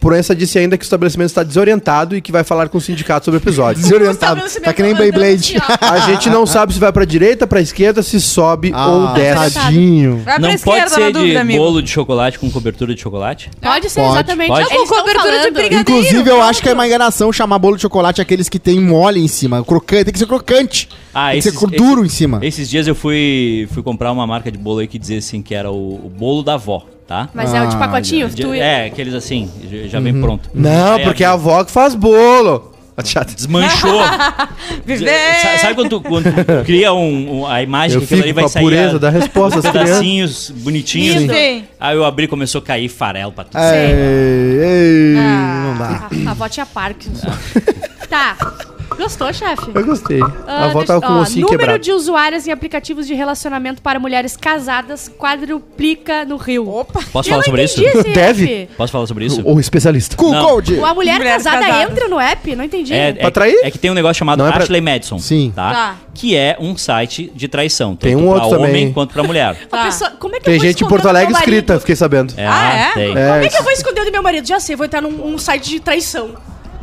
D: Proença disse ainda que o estabelecimento está desorientado e que vai falar com o sindicato sobre o episódio.
B: Desorientado.
C: estabelecimento
B: Tá que nem
C: andando
B: Beyblade.
C: assim, ó.
D: A gente não sabe se vai pra direita, pra esquerda, se sobe
E: Ah, tá,
D: ou desce.
B: Ah, tadinho.
A: Vai pra
E: Não
A: esquerda,
E: pode
A: tá na
E: ser de
A: dúvida, amigo.
E: bolo de chocolate com cobertura de chocolate?
C: Pode ser,
B: Pode.
C: exatamente.
E: Pode.
C: Eles
A: Com
C: estão
A: cobertura de
C: falando.
A: brigadeiro.
B: Inclusive, eu acho que é uma enganação chamar bolo de chocolate aqueles que tem mole em cima. Crocante, tem que ser crocante. tem
E: Ah,
B: que
E: esses-
B: ser cru- duro em cima.
E: Esses dias eu fui, fui comprar uma marca de bolo aí que dizia assim que era o, o bolo da avó, tá?
C: Mas é o de
B: Ah,
C: pacotinho?
E: De-
C: tu-
E: é, aqueles assim, já- já vem pronto.
D: Uhum. Não,
E: Aí
D: porque é
E: a-
D: a avó que faz bolo. Tá chato.
E: Desmanchou.
A: Viver.
E: Sa- Sabe quando tu, quando tu cria um, um- a imagem
D: Eu
E: que aquilo ali
D: fico com
E: vai
D: a
E: sair
D: pureza
E: a- um
D: da resposta,
E: os
D: das crianças.
E: pedacinhos bonitinhos? assim.
A: Lindo. Sim.
E: Aí eu abri e começou a cair farelo pra
D: É.
E: tudo.
B: É, Ei, ei,
A: Ah.
B: não dá.
C: A, a avó tinha Parkinson. tá. Gostou, chefe?
D: Eu gostei. a
C: Ah,
D: avó
C: deixa-
D: tava com o
C: ó,
D: ossinho
C: Número
D: quebrado.
C: de usuários em aplicativos de relacionamento para mulheres casadas quadruplica no Rio.
A: Opa.
E: Posso
C: Eu
E: falar
C: não
E: sobre isso?
C: entendi esse
D: Deve?
C: app.
E: Posso falar sobre isso?
D: Ou especialista.
B: Cool
E: Não.
B: Cold.
C: A mulher
A: Mulher
C: casada
A: casada.
C: entra no app? Não entendi.
E: É,
D: Pra
E: é,
D: trair?
E: é que tem um negócio chamado
D: Não é pra-
E: Ashley Madison.
B: Sim.
E: Tá?
A: Tá.
E: Que é um site de traição. Tanto
D: Tem um
E: pra
D: outro
E: homem
D: também.
E: quanto pra mulher.
C: A
A: Tá.
C: pessoa- como é que eu
D: Tem
C: vou
D: gente em
C: esconder
D: Porto
C: do meu
D: Alegre
C: marido?
D: escrita, fiquei sabendo.
E: É,
A: Ah, é?
E: tem.
D: É.
C: Como é que eu vou esconder do meu marido? Já sei, vou entrar num um site de traição.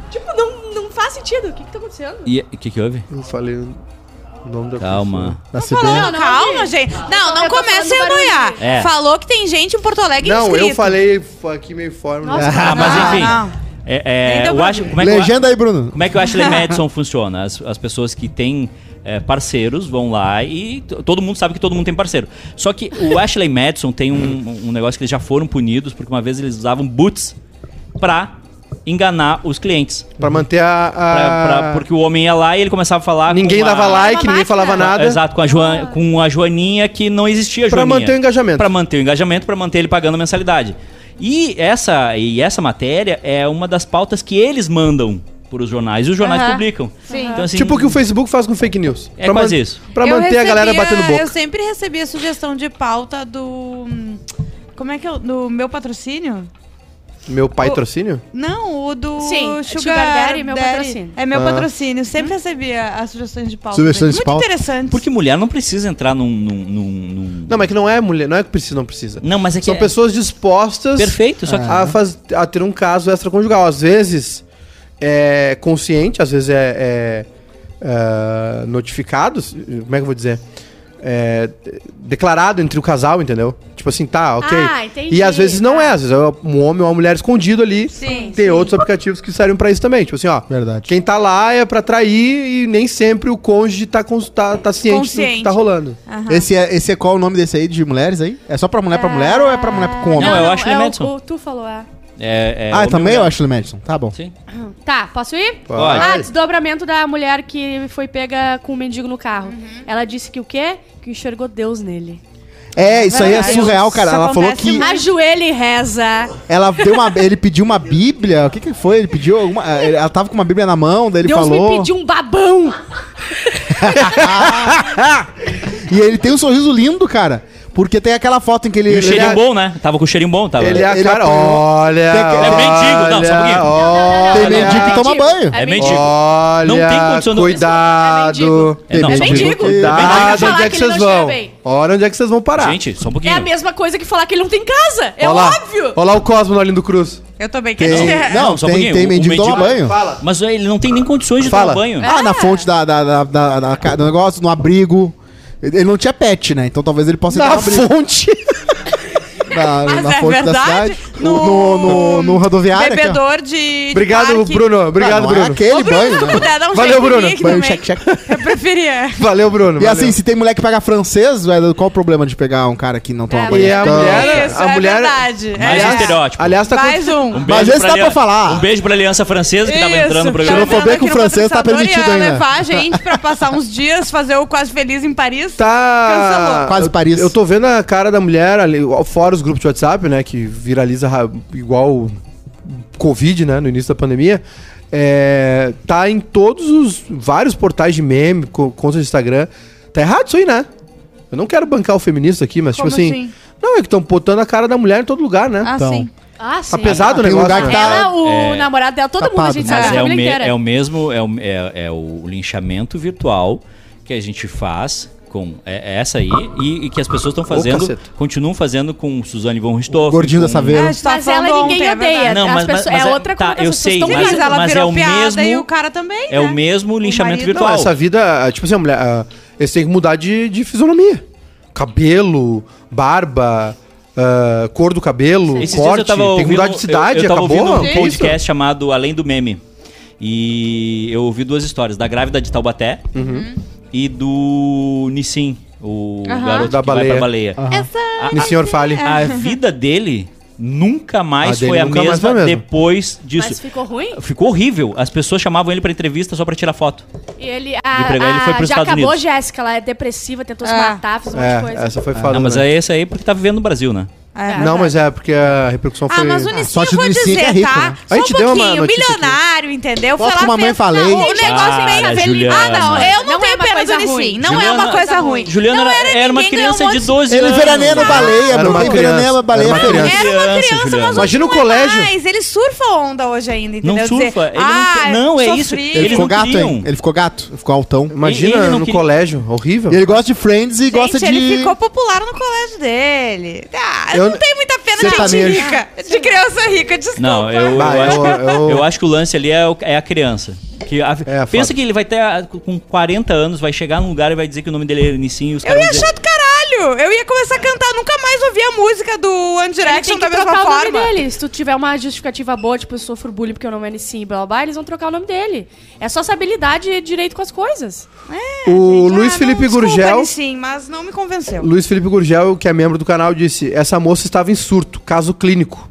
C: Tipo, não, não faz sentido. O que que tá acontecendo?
E: E o que, que houve?
D: Eu falei o nome da
E: Calma.
B: Na
A: Falou,
B: CB.
C: não,
A: calma,
C: não, é
A: gente. Não, não
C: Eu tô
A: começa a
C: falando barulho.
A: enoiar.
E: É.
A: Falou que tem gente em Porto Alegre
D: Não,
A: inscrito.
D: eu falei f- aqui meio forma. né?
C: Nossa,
E: Ah, mas
A: Não,
E: enfim.
A: não.
E: É,
A: Nem
E: é,
A: deu
E: eu
A: pra
E: acho,
A: ver.
E: como, é que eu,
B: Legenda aí, Bruno.
E: como é que o Ashley Madison funciona? As, as pessoas que têm é, parceiros vão lá e t- todo mundo sabe que todo mundo tem parceiro. Só que o Ashley Madison tem um, um negócio que eles já foram punidos porque uma vez eles usavam boots pra enganar os clientes.
D: Pra manter a.
E: Pra-
D: a-
E: pra- porque o homem ia lá e ele começava a falar. com
D: Ah. Ninguém
E: a-
D: dava
C: Uma
D: like, ninguém
C: máquina.
D: falava nada.
E: Exato, com a, Joan- com a Joaninha que não existia a
D: Pra
E: Joaninha.
D: manter o engajamento.
E: Pra manter o engajamento, pra manter ele pagando a mensalidade. E essa, e essa matéria é uma das pautas que eles mandam pros jornais e os jornais
A: Aham.
E: publicam.
A: Sim.
E: Então, assim,
D: Tipo o que o Facebook faz com fake news.
E: É
D: Pra
E: quase
D: man-
E: isso.
D: Pra
A: Eu
D: manter a galera
A: recebia-
D: batendo boca.
A: Eu sempre recebia sugestão de pauta do. hum, Como é que é? o- Do meu patrocínio?
D: Meu pai é trocínio?
A: Não, o do
C: Sim,
A: Sugar,
C: Sugar Daddy, meu patrocínio. Hum?
A: É meu
D: Ah.
A: patrocínio. Sempre recebia as sugestões de pauta.
B: Sugestões de
A: Muito
B: pauta.
A: interessante.
E: Porque mulher não precisa entrar num. num, num- num-
D: Não, mas que não é mulher, não é que precisa, não precisa.
E: Não, mas é que.
D: São
E: é
D: pessoas dispostas
E: Perfeito, só que.
D: a, faz- a ter um caso extraconjugal. Às vezes é consciente, às vezes é, é, é, notificado, como é que eu vou dizer? É, de- declarado entre o casal, entendeu? Tipo assim, tá, ok.
C: Ah, entendi,
D: E às vezes não
C: tá.
D: é, às vezes é um homem ou uma mulher escondido ali.
A: Sim,
D: Tem
A: sim.
D: outros aplicativos que servem pra isso também. Tipo assim, ó.
B: Verdade.
D: Quem tá lá é pra trair e nem sempre o cônjuge tá, cons- tá, tá ciente do que
A: Consciente.
D: tá rolando.
E: Ah.
A: Aham.
B: Esse é, esse é qual o nome desse aí de mulheres aí? É só pra mulher pra mulher ou é pra mulher com homem?
E: Não, eu acho que é Madison.
C: o- Tu falou, é.
E: é- é
B: ah,
E: homem
B: também
E: e
B: eu
E: mulher.
B: acho o Madison. Tá bom.
E: Sim.
C: Tá, posso ir?
E: Pode.
C: Ah, desdobramento da mulher que foi pega com um mendigo no carro. Ela disse que o quê? Que enxergou Deus nele.
B: É, isso aí é
A: Verdade.
B: surreal, cara.
A: Isso
B: Ela falou
A: acontece
B: que
A: muito.
C: Ajoelha e reza.
B: ela deu uma, ele pediu uma Bíblia. O que que foi? Ele pediu alguma? Ela tava com uma Bíblia na mão, daí ele
C: Deus
B: falou.
C: me pediu um babão.
B: E ele tem um sorriso lindo, cara. Porque tem aquela foto em que ele.
E: E o
B: ele-
E: cheirinho bom, né? Tava com o cheirinho bom, tava.
D: Ele é a
B: Ele
D: cara.
B: apanhou.
D: Olha.
B: Tem aquele-
E: É mendigo, não, só um pouquinho.
D: Olha.
B: Tem mendigo
D: tá
B: que toma banho.
E: É mendigo.
D: Olha.
E: Não tem condição do-
D: Cuidado.
E: É não,
B: Tem
E: só um
B: mendigo.
E: pouquinho.
B: É mendigo.
C: Vai
D: Cuidado,
C: falar
D: onde é
C: que
D: que
C: ele
D: vocês
C: não cheira
D: vão?
C: bem.
D: Olha onde é que vocês vão parar.
E: Gente, só um
C: É
E: pouquinho.
C: a mesma coisa que falar que ele não tem casa. É
D: Olha lá.
C: óbvio.
D: Olha lá o Cosmo no olhinho do Cruz.
A: Eu também quero
B: Tem,
A: dizer.
B: não,
E: Não, só um
B: tem,
E: pouquinho.
B: tem
E: O- o
B: mendigo que toma
E: mendigo-
B: banho.
D: Fala.
E: Mas ele não tem nem condições de
D: Fala.
E: tomar banho.
B: Ah,
A: É.
B: na fonte da, da, da, da- da ca- do negócio, no abrigo. Ele ele não tinha pet, né? Então talvez ele possa
D: Na
B: entrar no abrigo.
D: fonte.
A: Mas
B: Na, na
A: é
B: fonte da
A: verdade.
B: cidade. no, no, no rodoviário. aqui, ó.
A: Bebedor de. de
D: Obrigado,
A: parque.
D: Bruno.
B: Ah,
D: Obrigado,
B: não é
D: Bruno.
B: Aquele
A: Ô, Bruno,
B: banho,
A: se tu
B: né?
A: puder dar um
D: Valeu,
A: check
D: Bruno.
A: em mim aqui
B: Banho,
A: também.
B: check, check.
A: Eu preferia.
D: Valeu, Bruno.
B: E
D: valeu.
B: assim, se tem moleque que paga francês, velho, qual o problema de pegar um cara que não toma
C: É,
B: banho?
D: E a
B: Então,
D: mulher.
A: Isso,
D: a
A: é
D: mulher
A: verdade.
E: Mais
A: É.
E: um estereótipo.
D: Aliás, tá
A: Mais
D: com.
A: um.
B: Mas esse dá pra falar.
E: Um beijo pra Aliança Francesa que tava entrando no programa.
B: Xenofobia
A: Tá vendo aqui
B: com
A: no
B: francês tá
A: processador
B: permitido
A: ia
B: ainda.
A: levar a gente pra passar uns dias, fazer o Quase Feliz em Paris.
D: Tá.
A: Cancelou.
B: Quase
D: eu-
B: Paris.
D: Eu tô vendo a cara da mulher ali, fora os grupos de WhatsApp, né? Que viraliza ra- igual Covid, né? No início da pandemia. É, tá em todos os. vários portais de meme, co- contas de Instagram. Tá errado isso aí, né? Eu não quero bancar o feminista aqui, mas
A: Como
D: tipo assim.
A: assim?
D: Não, é que estão botando a cara da mulher em todo lugar, né?
A: Ah,
B: Então.
A: sim.
C: Ah, sim.
D: Apesar do
B: Tem
D: negócio.
B: lugar
D: né?
B: que tá-
C: Ela, o
E: É.
C: namorado dela, todo mundo a gente
B: Tapado,
C: sabe,
E: Mas
C: a
E: é o,
C: família
E: me-
C: inteira.
E: é o mesmo, é o, é, é o linchamento virtual que a gente faz com é, é essa aí e, e que as pessoas estão fazendo,
D: caceta.
E: continuam fazendo com Suzane von Ristoff.
B: Gordinho
E: com-
B: da Saveira.
A: É, a gente tava
C: Mas ela
A: falando
C: ninguém
A: ontem, é
C: odeia.
A: verdade.
E: Não,
C: As
E: mas- mas-
C: pessoas-
E: mas
C: é
E: é-
C: outra
E: tá,
C: coisa.
E: eu
C: as pessoas
E: sei,
C: tão
A: Sim,
E: mas-
A: mas,
C: ligadas.
A: ela
E: mas
A: virou
E: é o
A: piada e
E: mesmo-
A: o cara também,
E: É o
A: né?
E: mesmo linchamento
A: marido-
E: virtual.
D: Não, essa vida, ah, tipo assim, a mulher, ah, eles têm que mudar de, de fisionomia. Cabelo, barba, ah, cor do cabelo,
E: Esses dias
D: corte,
E: eu tava
D: tem que
E: ouvindo- um-
D: mudar de cidade,
E: eu, eu tava
D: acabou.
E: ouvindo
D: que
E: um
D: isso?
E: podcast chamado Além do Meme. E eu ouvi duas histórias, da grávida de Taubaté
D: Uhum.
E: e do Nissin, o garoto
D: Da
E: da baleia.
D: baleia.
E: vai pra baleia.
D: E senhor
A: É,
D: fale.
E: A vida dele nunca
D: A
E: mais
D: Ah, dele
E: foi a
D: nunca mais foi
E: mesma
D: a mesma.
E: depois disso.
C: Mas ficou ruim?
E: Ficou horrível. As pessoas chamavam ele pra entrevista só pra tirar foto.
C: E ele, a,
E: pregar, ele
C: a-
E: foi pros
C: já
E: Estados
C: acabou
E: Unidos.
C: Jéssica, ela é depressiva, tentou se
A: É.
C: matar, fez um monte de coisa.
D: É, essa foi foda.
E: não, mas
D: né?
E: é esse aí porque tá vivendo no Brasil, né?
A: É.
D: Não, mas é porque a repercussão
A: Ah,
D: foi.
A: mas o Unicinho
B: sorte
A: eu
B: do
A: vou
B: Unicinho é
A: dizer,
B: que é rico,
A: tá?
B: né?
D: A
A: Só um
D: gente deu uma
A: pouquinho,
D: notícia aqui.
A: milionário, entendeu?
B: Posso
A: Foi lá,
B: como a mãe
A: fez-
B: falei?
A: Não, o negócio
E: Cara,
A: meio
E: é, Juliana.
A: Ah, não, eu não,
C: Não
A: tenho
C: é uma
A: pena do
C: coisa
A: Unicinho.
C: ruim. tá
A: Não é
E: Juliana-
A: uma coisa ruim.
E: Juliana
A: Não
E: era, uma
A: ninguém
E: criança
A: ganhou
E: de
A: um
E: 12
B: Ele
E: anos.
B: veraneia no baleia,
D: Era
B: não
D: uma
B: tem
D: criança,
B: veraneia no baleia.
D: era uma
B: é feliz.
E: criança.
A: Era uma criança, mas hoje
D: Imagina o
A: não é
D: colégio.
A: mais. Ele surfa a onda hoje ainda, entendeu?
E: Não
A: Dizer,
E: surfa, ele não
A: ah,
E: tem- não, é
A: sofri.
E: isso,
B: Ele
E: Eles
B: ficou
E: não um.
B: gato, hein?
E: queriam.
B: Ele ficou gato, ficou altão.
D: Imagina
E: Ele não
D: no
E: queria-
D: colégio, horrível.
A: É,
B: E ele gosta de Friends e gosta
A: Gente,
B: de...
A: ele ficou popular no colégio dele. Ah,
D: Eu-
A: não tem muita pena de gente
B: Sertanejo.
A: rica. De criança rica, desculpa.
E: Não, eu,
D: Bah,
E: eu acho,
D: eu- eu-
E: eu acho que o lance ali é, o- é a criança. Que a-
D: É,
E: pensa
D: foda.
E: que ele vai ter a- com 40 anos, vai chegar num lugar e vai dizer que o nome dele é Nissin e os
A: Eu
E: caras
A: ia
E: vão dizer-
A: achar do caralho. Eu ia começar a cantar, nunca mais ouvir a música do One
C: Ele tem
A: Direction
C: que
A: tá da mesma
C: trocar o nome
A: forma.
C: dele. Se tu tiver uma justificativa boa, tipo, eu sofro bullying porque eu não é sim, blá blá blá, eles vão trocar o nome dele. É só saber lidar de direito com as coisas.
D: o
A: Ah,
D: Luiz
A: não,
D: Felipe
A: desculpa,
D: Gurgel.
A: Sim, mas não me convenceu.
D: Luiz Felipe Gurgel, que é membro do canal, disse: essa moça estava em surto, caso clínico.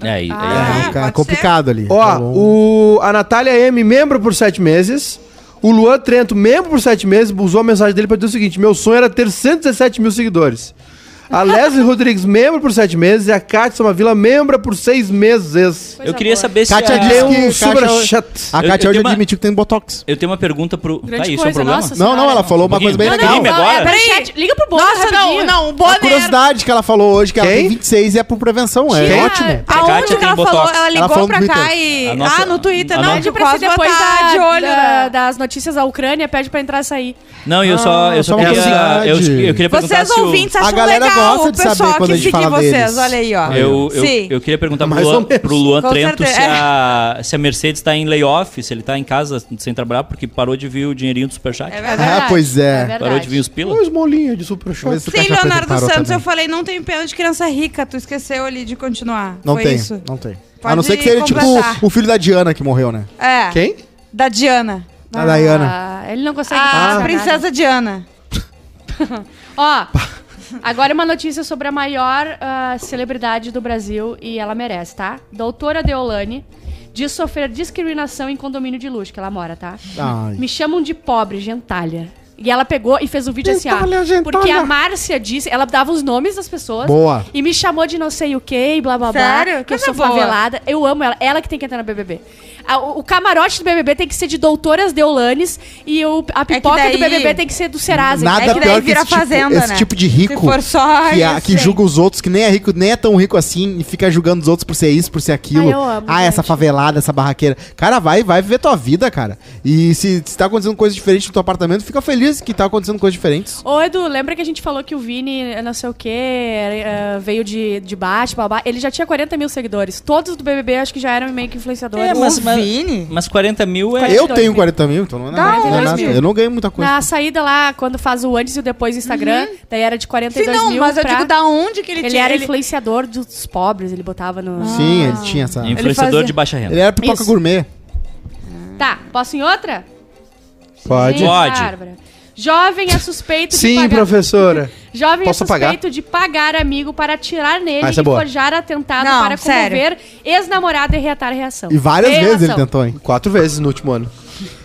E: É, aí- aí-
A: Ah.
B: É, cara,
A: pode
B: complicado ali.
D: Ó,
B: Tá bom.
D: o, a Natália M, membro por sete meses. O Luan Trento, membro por sete meses, usou a mensagem dele pra dizer o seguinte: meu sonho era ter 117 mil seguidores. A Leslie Rodrigues, membro por sete meses, e a Kátia Somavila, membro por seis meses.
E: eu
C: Coisa
E: queria
C: boa.
E: saber se é
B: Kátia
E: a-
B: disse
D: um
B: que...
D: super
B: Kátia-
D: chat.
B: A Kátia
E: Eu- eu
B: hoje
E: tenho uma-
B: admitiu que tem Botox.
E: Eu tenho uma pergunta pro.
C: Grande
E: tá, isso é um
C: coisa,
E: problema?
C: nossa
B: Não, não,
C: senhora.
B: ela falou uma coisa bem
E: Não,
B: legal.
E: não, agora?
C: Peraí, é chat, liga pro Bonner
A: Nossa, não,
C: rapidinho.
A: não, o
B: A
A: Bonner.
B: curiosidade que ela falou hoje, que ela tem 26 e é por prevenção, é.
A: Tinha-
D: ótimo.
E: Kátia
A: Aonde
E: tem
A: que ela
E: botox.
A: falou? Ela
E: Ela
A: ligou
B: falou no
A: pra cá
B: Twitter.
A: e.
E: A nossa-
A: ah, no Twitter.
E: a
A: Não,
E: nossa-
A: de
C: Pede pra
A: quase
C: se depois
A: botar
C: da,
A: tá de olho.
C: da-
A: né?
C: das notícias da Ucrânia, pede pra entrar e sair.
E: Não, eu só. Eu
B: só
E: só
B: uma
E: queria.
B: curiosidade.
E: Eu, eu queria perguntar
A: Vocês
E: se. o-
A: é ouvintes
B: A
A: acham
B: galera
A: legal
B: gosta
A: o
B: de saber
A: pessoal
B: quando a
A: que
B: gente
A: seguir
B: fala
A: vocês.
B: deles.
A: Olha aí, ó.
E: Eu, eu,
A: Sim.
E: eu queria perguntar pro
D: Mais ou
E: Luan,
D: menos.
E: pro Luan
A: Com
E: Trento se
A: certeza.
E: a, se a Mercedes tá em layoff, se ele tá em casa sem trabalhar, porque parou de vir o dinheirinho do Superchat.
A: É verdade.
B: Ah, pois é.
C: verdade.
E: parou de vir os pila.
D: Dois molinhos de super chat.
B: Talvez o
A: Sim,
B: Kátia
A: Leonardo
B: parou
A: Santos,
B: também.
A: eu falei, não tem pena de criança é rica. Tu esqueceu ali de continuar.
B: Não
A: Foi
B: tem,
A: isso.
B: não tem. a
A: Pode
B: não ser que seja tipo
A: completar.
B: o filho da Diana que morreu, né?
A: É.
D: Quem?
A: Da Diana.
B: Da Diana.
C: Ah, ele não consegue
A: A
C: pensar nada.
A: princesa Diana.
C: Ó, agora uma notícia sobre a maior ah, celebridade do Brasil e ela merece, tá? Doutora Deolane diz sofrer discriminação em condomínio de luxo que ela mora, tá?
B: Ai.
C: Me chamam de pobre, gentalha. E ela pegou e fez o vídeo
D: Gentalha,
C: assim, ó.
D: gentalha.
C: Porque a Márcia disse, ela dava os nomes das pessoas.
B: Boa.
C: E me chamou de não sei o que, e blá blá blá.
A: Sério?
C: Que eu
A: Coisa
C: sou
A: boa.
C: favelada. Eu amo ela. Ela que tem que entrar no BBB. A- o, o camarote do BBB tem que ser de doutoras Deolanes e o, a pipoca
A: É daí-
C: do BBB tem que ser do Serasa.
B: Nada
A: É que daí
B: pior que
A: vira
B: esse, tipo,
A: fazenda,
B: esse
A: né?
B: tipo de rico
A: Se for só
B: que, a-
A: isso,
B: que
A: hein?
B: julga os outros, que nem é rico, nem é tão rico assim, e fica julgando os outros por ser isso, por ser aquilo.
C: Ah, eu amo,
B: ah essa
C: gente.
B: favelada, essa barraqueira. Cara, vai, vai viver tua vida, cara. E se, se tá acontecendo coisa diferente no teu apartamento, fica feliz, dias que tá acontecendo coisas diferentes.
C: Ô, Edu, lembra que a gente falou que o Vini, eh, não sei o quê, eh, veio de, de baixo, babá. Ele já tinha 40 mil seguidores. Todos do BBB acho que já eram meio que influenciadores.
E: É, mas-
F: o
E: mas-
F: Vini?
E: Mas 40 mil é.
B: Eu tenho 40 mil, então não é
A: um
B: nada. Não é
C: 42
B: nada.
C: mil.
B: Eu não ganho muita coisa.
C: Na saída lá, quando faz o antes e o depois do Instagram, daí era de 42
A: Uhum. Sim, não,
C: mil
A: mas eu
C: pra-
A: digo da onde que ele, Ah.
C: Ele
A: tinha.
C: era influenciador dos pobres, ele botava no...
B: Sim, ele tinha essa. Ele
E: Influenciador
A: fazia-
E: de baixa renda.
B: era pipoca
C: Isso.
B: gourmet.
C: Tá, posso em outra?
D: Pode.
C: Gente,
E: Pode.
C: Bárbara. Jovem é suspeito de
D: Sim,
C: pagar...
D: professora.
C: Jovem
D: Posso
C: é suspeito
D: apagar?
C: de pagar amigo para atirar nele
D: Ah,
C: e
D: essa é boa.
C: forjar atentado
A: Não,
C: para
A: sério.
C: comover ex-namorada e reatar reação.
B: E várias vezes ele
C: Reação.
B: tentou, hein?
D: Quatro vezes no último ano.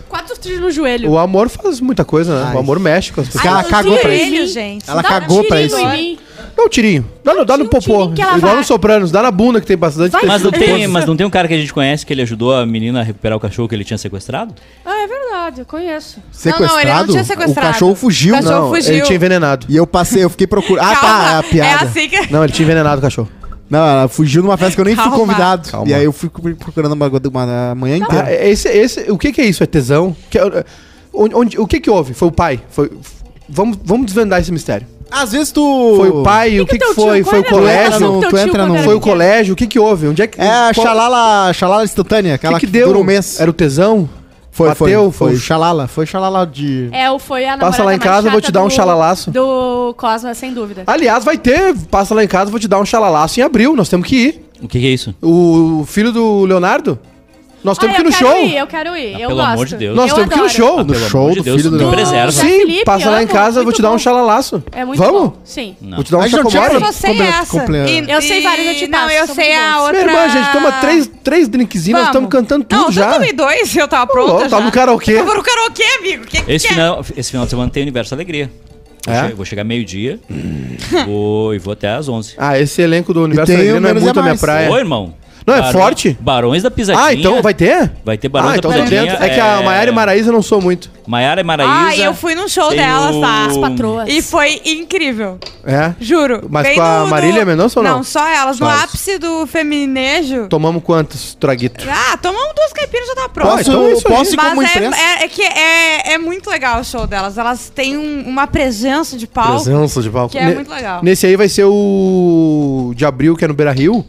C: Quatro tiros no joelho.
D: O amor faz muita coisa, né?
B: Ai.
D: O amor mexe com as pessoas.
B: Ai. ela
A: no
B: cagou pra
A: joelho,
C: isso.
A: gente.
B: Ela
C: Dá um
B: cagou pra
C: tirinho
B: isso.
C: em mim.
D: Dá um tirinho. Dá, no- dá no
C: Tira Ah. um
D: popô.
C: tirinho que ela
D: Igual
C: vai.
D: no Sopranos. Dá na bunda que tem bastante
C: Vai.
E: Mas
D: tecido.
E: não, tem, mas não tem um cara que a gente conhece que ele ajudou a menina a recuperar o cachorro que ele tinha sequestrado?
C: Ah, é verdade, eu conheço.
B: Sequestrado?
A: não, ele não tinha sequestrado.
B: O cachorro fugiu.
A: O cachorro
B: Não.
A: fugiu.
D: Ele tinha envenenado.
B: E eu passei, eu fiquei procurando. Ah,
A: Calma,
B: tá, a piada.
A: É assim que...
D: Não, ele tinha envenenado o cachorro.
B: Não, ela fugiu numa festa que eu nem
A: Calma. Tá.
B: fui convidado.
D: Calma.
B: E aí eu fui procurando uma, uma, a manhã
D: Ah,
B: inteira.
D: esse, esse, o que, que é isso? É tesão? Que- onde- onde- o que, que houve? Foi o pai? Foi- f- vamos, vamos desvendar esse mistério.
B: Às vezes tu.
D: Foi o pai? O que, que,
C: teu
D: foi?
C: tio-
D: Foi o
C: qual era a
D: colégio?
C: relação
B: Não,
C: do teu
B: tu
C: tio
B: entra
C: quando
B: num-
C: era
D: Foi o
C: pequeno?
D: colégio? O que, que houve? Onde é que.
B: É a
D: qual-
B: xalala, xalala instantânea,
D: O
B: aquela
D: que, que deu?
B: dura um mês.
D: Era o tesão?
B: Foi, foi,
D: Bateu?
B: foi,
D: Foi,
B: xalala, foi xalala de...
C: É, o foi
D: Passa
C: a namorada
D: lá em
C: mais
D: casa, eu vou
C: chata
D: te dar um
C: do-
D: xalalaço. Ah,
C: Do Cosma, sem dúvida.
D: Aliás, vai ter. Passa lá em casa, vou te dar um xalalaço em abril. Nós temos que ir.
E: O que, que é isso?
D: O filho do Leonardo? Nós temos
C: Ah,
D: que ir
C: eu
D: no
C: quero
D: show.
C: ir, eu quero ir,
E: Ah,
C: eu
E: pelo
C: gosto.
E: amor de Deus.
D: Nós
C: eu
D: temos que ir no
C: adoro.
D: show.
E: Ah,
B: No
E: pelo
B: show
E: amor de
B: do
E: Deus,
B: filho do
E: me
B: Leonardo.
E: preserva.
C: Zé
D: Sim,
C: Felipe,
D: passa lá em
C: amo,
D: casa, vou
C: muito
D: te dar
C: bom.
D: um xalalaço.
C: É muito
D: Vamos?
C: bom. Sim.
A: É.
E: Não.
D: Vou te dar um
B: Mas não tinha
A: Eu
D: chacomole.
A: só sei
B: Completo,
A: é essa.
B: completo.
A: E-
C: Eu sei
A: e-
C: várias, eu te
A: Não,
C: passo,
A: eu
C: são
A: sei
C: muito
A: a
C: boas.
A: outra...
D: Minha irmã, gente, toma três, três drinkzinhos, nós
A: Vamos.
D: estamos cantando tudo
A: não,
D: já.
A: Não, dois, eu tava pronta
D: Ô,
A: já.
D: tá no karaokê.
A: Eu vou no karaokê, amigo. Que
E: Esse
A: que é?
E: final, esse final de semana tem Universo Alegria. Vou,
D: É?
E: che- vou chegar meio-dia vou, e vou até às 11.
D: Ah, esse elenco do Universo
B: tem
D: Alegre
B: o
D: não é
B: Menos é
D: muito a minha
B: Mais.
D: praia.
E: Ô, irmão.
D: Não, é forte?
E: Barões da Pisadinha.
D: Ah, então vai ter?
E: Vai ter Barões
D: Ah, então
E: da
D: tô
E: Pisadinha.
D: dentro. É que a Maiara e Maraísa eu não sou muito.
E: Maiara e Maraísa.
A: Ah, eu fui num show
E: tem
A: delas, tá?
E: o-
C: patroas.
A: E foi incrível.
D: É?
A: Juro.
D: Mas
A: Bem
D: com a
A: no- no-
D: Marília Mendonça ou não?
A: Não, só elas. No
D: Só elas.
A: ápice do feminejo.
D: Tomamos quantos traguitos?
A: Ah, tomamos duas caipiras e já tá pronto.
B: Posso,
D: então é isso aí.
B: posso ir como
A: Mas é,
B: imprensa?
A: é- é que é, é muito legal o show delas. Elas têm um- uma presença de palco.
D: Presença de palco.
A: Que é muito legal.
D: Nesse aí vai ser o de abril, que é no Beira Rio.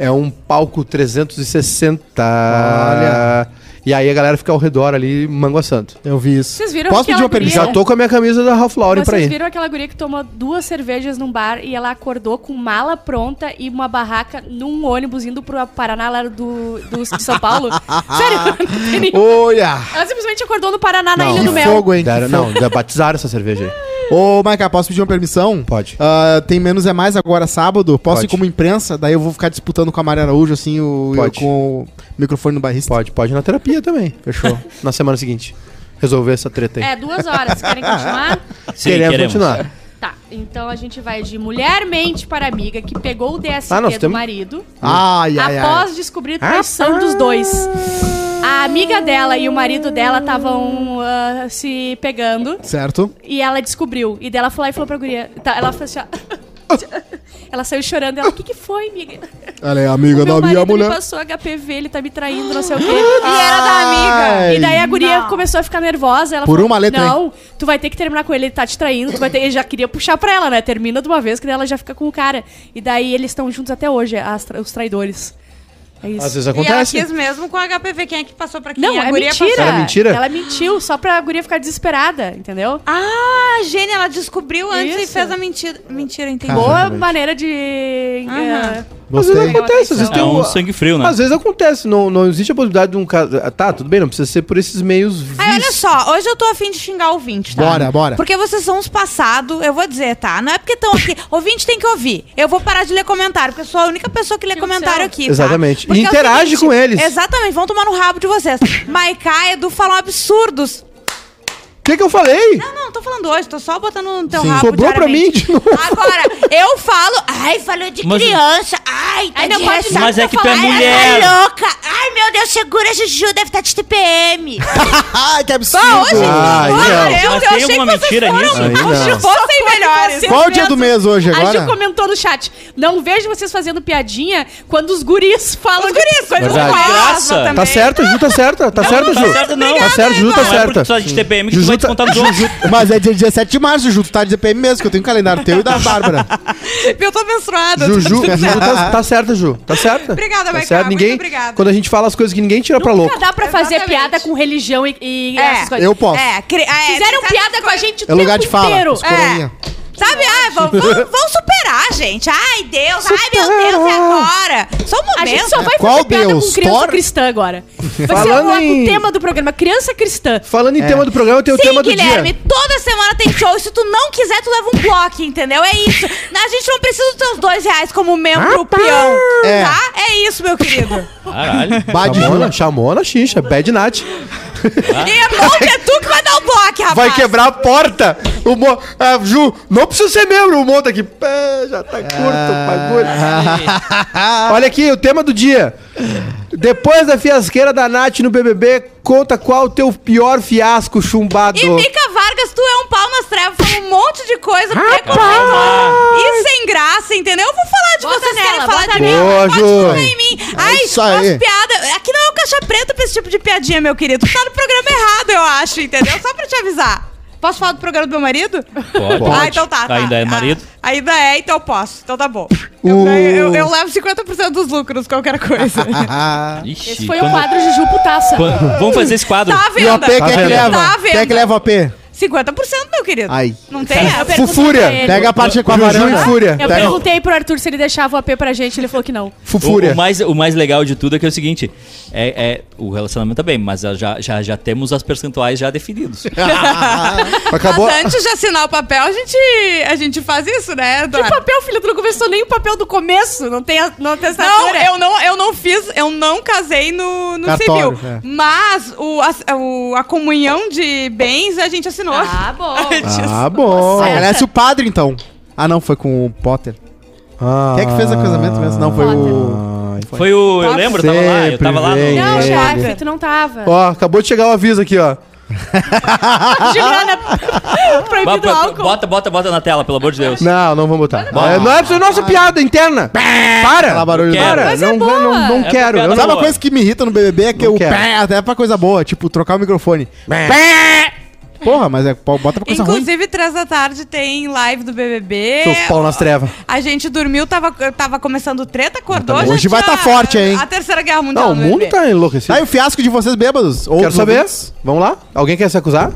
D: É um palco 360.
B: Olha.
D: E aí a galera fica ao redor ali, manguaçando.
B: Eu vi isso.
C: Vocês viram
B: Posso
C: aquela
B: pedir uma
C: guria?
B: permissão?
D: Já tô com a minha camisa da Ralph Lauren pra
C: Vocês
D: ir.
C: viram aquela guria que tomou duas cervejas num bar e ela acordou com mala pronta e uma barraca num ônibus indo pro Paraná lá do, do- de São Paulo? Sério? não tem nenhum-
B: Olha!
C: Ela simplesmente acordou no Paraná na
D: Não, um
C: Ilha do
D: que
C: Mel.
B: fogo, hein?
D: Deram-
B: Que
D: não, já batizaram essa cerveja aí.
B: Ô, Maica, posso pedir uma permissão?
D: Pode.
B: Ah, tem menos é mais agora sábado. Posso
D: Pode.
B: ir como imprensa? Daí eu vou ficar disputando com a Maria Araújo, assim, o,
D: Pode.
B: eu com o microfone no barrista.
D: Pode, pode ir na terapia também. Fechou. na semana seguinte. Resolver essa treta aí.
C: É, duas horas. Querem continuar?
E: Sim,
D: queremos,
E: queremos.
D: continuar.
C: Tá, então a gente vai de mulher mente para amiga que pegou o DST
D: Ah, nós
C: do
D: temos-
C: marido
B: Ai, ai,
C: após
B: ai.
C: descobrir traição dos dois. A amiga dela e o marido dela estavam ah, se pegando
B: Certo?
C: e ela descobriu. E dela foi lá e falou pra guria. Tá, ela fez assim, ó. Ela saiu chorando. Ela, o que que foi, amiga?
B: Ela é amiga
C: Meu
B: da minha
C: marido
B: mulher.
C: me passou HPV, ele tá me traindo, não sei o quê. E era da
B: Ai.
C: amiga. E daí a guria começou a ficar nervosa. Ela
B: Por
C: falou,
B: uma letra,
C: Não, tu vai ter que terminar com ele, ele tá te traindo. Tu vai ter... Ele já queria puxar pra ela, né? Termina de uma vez, que daí ela já fica com o cara. E daí eles estão juntos até hoje, as tra- os traidores. É isso.
D: Às vezes
A: E ela
D: acontece.
A: quis mesmo com a HPV. Quem é que passou pra quem?
C: Não,
A: A
C: é
A: guria
C: mentira.
D: Era mentira?
C: Ela mentiu só pra guria ficar desesperada, entendeu?
A: Ah, gênia, ela descobriu antes e
C: Isso.
A: fez a mentira. Mentira, entendi.
B: Caramba.
C: Boa
B: Ah, realmente.
C: maneira de.
A: Aham.
C: eh,
D: Às vezes
B: Gostei.
D: acontece, às vezes tem
E: É
D: um-
E: um sangue frio, né?
D: Às vezes acontece, não, não existe a possibilidade de um caso. Ah, Tá, tudo bem, não precisa ser por esses meios vis.
A: Aí, olha só, hoje eu tô afim de xingar o ouvinte, tá?
B: Bora, bora.
A: Porque vocês são os passados, eu vou dizer, tá? Não é porque estão aqui. ouvinte tem que ouvir. Eu vou parar de ler comentário, porque eu sou a única pessoa que lê
C: Que
E: um
A: comentário
C: céu.
A: aqui. tá?
D: Exatamente.
A: Porque
D: E
A: é o
D: interage com eles.
A: Exatamente, vão tomar no rabo de vocês. Maiká e Edu falam absurdos.
D: O que, que eu falei?
A: Não, não, tô falando hoje, tô só botando no teu
D: Sim.
A: rabo.
D: Sobrou pra mim
A: diariamente.
D: de novo.
A: Agora, eu falo. Ai, falou de
E: Mas-
A: criança. Ai, tá
C: Ai, não
A: de
C: pode-
A: ressaca.
E: Mas é que tu é
A: Ai, ela
E: mulher.
A: tá louca. Ai, meu Deus, segura, Juju, deve estar de TPM.
B: Ai, que absurdo.
A: Bom, Tá, hoje,
D: Ah,
A: pelo
D: aí não.
A: amor de Deus,
E: Mas
A: eu
E: tem
A: achei que
E: alguma
A: vocês
E: mentira
A: foram
E: nisso?
D: Aí não.
A: Os fossem melhores.
B: Qual o dia do mês hoje
C: A Ju
B: agora?
C: comentou no chat. Não vejo vocês fazendo piadinha quando os guris falam.
A: Os
C: de-
A: guris, coisas
D: Verdade.
A: com
E: Graça.
A: asma também.
D: Tá certa, Ju tá certa. Tá certa, Ju.
E: tá certa, não.
D: Tá certa, Ju tá
E: Não é porque
D: certa.
E: tu tá de TPM que tu
D: Juju
E: vai
D: tá-
E: descontar nos outros.
B: Mas Mas é dia 17 de março, Ju, tu tá de CPM mesmo, que eu tenho um calendário teu e da Bárbara.
A: Eu tô menstruada.
D: Juju,
A: tô Tá tudo
D: Juju
A: certo.
D: tá, tá certa, Ju. Tá certa.
A: Obrigada,
D: tá
A: Maiká, muito
D: Ninguém,
A: obrigada.
D: Quando a gente fala as coisas que ninguém tira pra louco.
C: Nunca dá pra fazer
A: Exatamente.
C: piada com religião e, e
A: É.
C: essas coisas.
B: Eu posso.
A: É, cri... é,
C: Fizeram
A: tem certas
C: piada com a
A: coisas-
C: gente o
B: É lugar
C: tempo
B: de fala.
C: inteiro.
B: os coroinha.
A: Sabe, ah, vão, vão- vão superar, gente. Ai, Deus, ai, meu Deus, é agora. Só um
C: A
A: momento.
C: gente só vai
B: Qual
C: fazer piada
B: Deus?
C: com criança
B: Thor?
C: cristã agora. Vai ser
D: Falando
C: logo
D: em-
C: o tema do programa, criança cristã.
D: Falando em tema do programa, tem o
A: Sim,
D: tema do
A: Guilherme,
D: dia.
A: toda semana tem show. E se tu não quiser, tu leva um bloco, entendeu? É isso. A gente não precisa dos teus dois reais como membro peão,
B: É.
A: tá? É isso, meu querido.
E: Caralho.
B: Bad
D: Chamou,
B: Ju.
D: chamou na xixa, bad night.
A: E é bom que é tu que vai dar o bloco, rapaz.
D: Vai quebrar a porta. O Mo... ah, Ju, não precisa ser membro. O Mo tá aqui. Pé, já tá curto o bagulho. Olha aqui, o tema do dia. Depois da fiasqueira da Nath no BBB, conta qual o teu pior fiasco chumbado.
A: E Mica Vargas, tu é um pau nas trevas, fala um monte de coisa preconceituosa e sem graça, entendeu? Eu vou falar de
C: Bota
A: vocês
C: nela,
A: querem falar
C: bota
A: de mim,
D: nela. Boa,
A: pode
D: Ju.
A: falar em mim. Ai,
B: É isso aí.
A: as piadas... Aqui não é o caixa preta pra esse tipo de piadinha, meu querido. Tu tá no programa errado, eu acho, entendeu? Só pra te avisar. Posso falar do programa do meu marido?
E: Pode.
A: Ah, então tá, tá.
E: Ainda é marido?
A: Ah, ainda é, então eu posso. Então tá bom. Eu,
D: O-
A: ganho- eu- eu levo 50% dos lucros, qualquer coisa.
E: Ixi,
C: Esse foi o
E: quando-
C: quadro Juju Putaça.
E: quando- Vamos fazer esse quadro.
A: tá à
B: E o
A: venda.
B: AP, quem é que
D: vendo?
A: Tá à
B: leva?
A: venda.
B: Quem é que leva o AP?
A: 50%, meu querido.
B: Ai.
A: Não tem é,
C: Eu
A: essa.
C: perguntei
D: Fufúria,
C: pra ele.
B: Pega a parte com a
D: Juju
B: varanda.
D: e Fúria.
C: Eu
B: Pega-
C: perguntei pro Arthur se ele deixava o AP pra gente, ele falou que não.
E: O,
D: Fufúria.
E: o mais, o mais legal de tudo é que é o seguinte: é, é- o relacionamento tá bem, mas já, já, já temos as percentuais já definidos.
D: Tá. Acabou.
A: Mas antes de assinar o papel, a gente, a gente faz isso, né,
C: Que
A: Eduardo?
C: papel, tá filho? Tu não começou nem o papel do começo. Não tem a, não tem
A: Não, eu não, eu não fiz, eu não casei no, no
B: Cartório,
A: civil.
B: é.
A: Mas o, a, o- a comunhão de bens a gente assinou.
C: Ah, bom.
B: Ah, bom.
C: Nossa.
B: Agradece o padre, então. Ah, não, foi com o Potter.
D: Ah.
B: Quem é que fez o casamento mesmo? Não, foi o...
E: Foi o. Eu lembro, eu tava lá, eu tava lá
D: Tá Sempre
E: no.
C: Não,
D: Ele.
C: chefe, tu não tava.
D: Ó, acabou de chegar o aviso aqui, ó.
C: De grana.
E: Ba-
C: Proibido
E: ba-
C: álcool.
E: Bota, bota, bota na tela, pelo amor de Deus.
D: Não, não vamos botar. É, não é pra nossa piada interna. Para.
B: Aquela barulho né?
E: Quero.
B: do...
D: Para.
C: Mas é
D: Não,
C: boa.
D: não, não quero.
E: É piada
D: Eu não-
B: Sabe uma
E: Boa.
B: coisa que me irrita no BBB? É que
D: Não
B: o
D: quero.
B: pé, até pra coisa boa, tipo, trocar o microfone. Pé! Porra, mas é, pô, bota pra coisa ruim.
A: Inclusive, três da tarde tem live do BBB.
D: Seus pau nas trevas.
A: A gente dormiu, tava, tava começando treta, acordou.
B: Hoje
A: já tinha
B: vai tá forte, hein?
A: A terceira guerra mundial. né,
D: Não, o
A: no
D: mundo
A: BBB.
D: tá
B: Tá aí
D: enlouquecido.
B: o fiasco de vocês bêbados. Ou
D: Quero
B: dos
D: saber.
B: ouvintes.
D: Vamos lá? Alguém quer se acusar?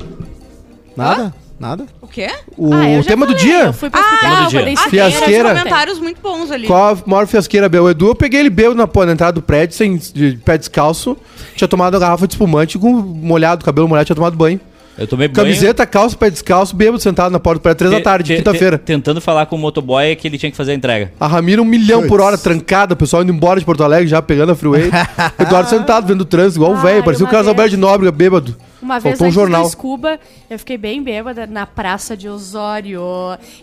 B: Nada, nada.
A: O quê?
D: O
C: Ah, eu já
D: tema do
C: falei,
D: dia?
C: Eu fui pro
A: Ah,
C: hospital,
E: tema do dia.
C: falei
A: Ah,
C: isso. é um
A: tem uns
D: Fiasqueira.
A: comentários muito bons ali.
D: Qual a maior fiasqueira, Bel? O Edu, eu peguei ele bêbado na, pô, na entrada do prédio, sem, de pé descalço. Tinha tomado uma garrafa de espumante com molhado, cabelo molhado, tinha tomado banho.
E: Eu tomei banho.
D: Camiseta, calça, pé descalço, bêbado, sentado na porta do prédio, três da
E: te-
D: tarde,
E: te-
D: quinta-feira.
E: te- Tentando falar com o motoboy que ele tinha que fazer a entrega.
D: A Ramira um milhão por
B: Putz.
D: hora, trancada, o pessoal indo embora de Porto Alegre, já pegando a freeway. Eduardo sentado, vendo o trânsito, igual o
C: Ah,
D: velho,
C: e
D: parecia o
C: uma
D: Carlos
C: vez-
D: Alberto de Nóbrega, bêbado.
C: Uma vez
D: Faltou um
C: antes
D: jornal.
C: do Scuba, eu fiquei bem bêbada na praça de Osório.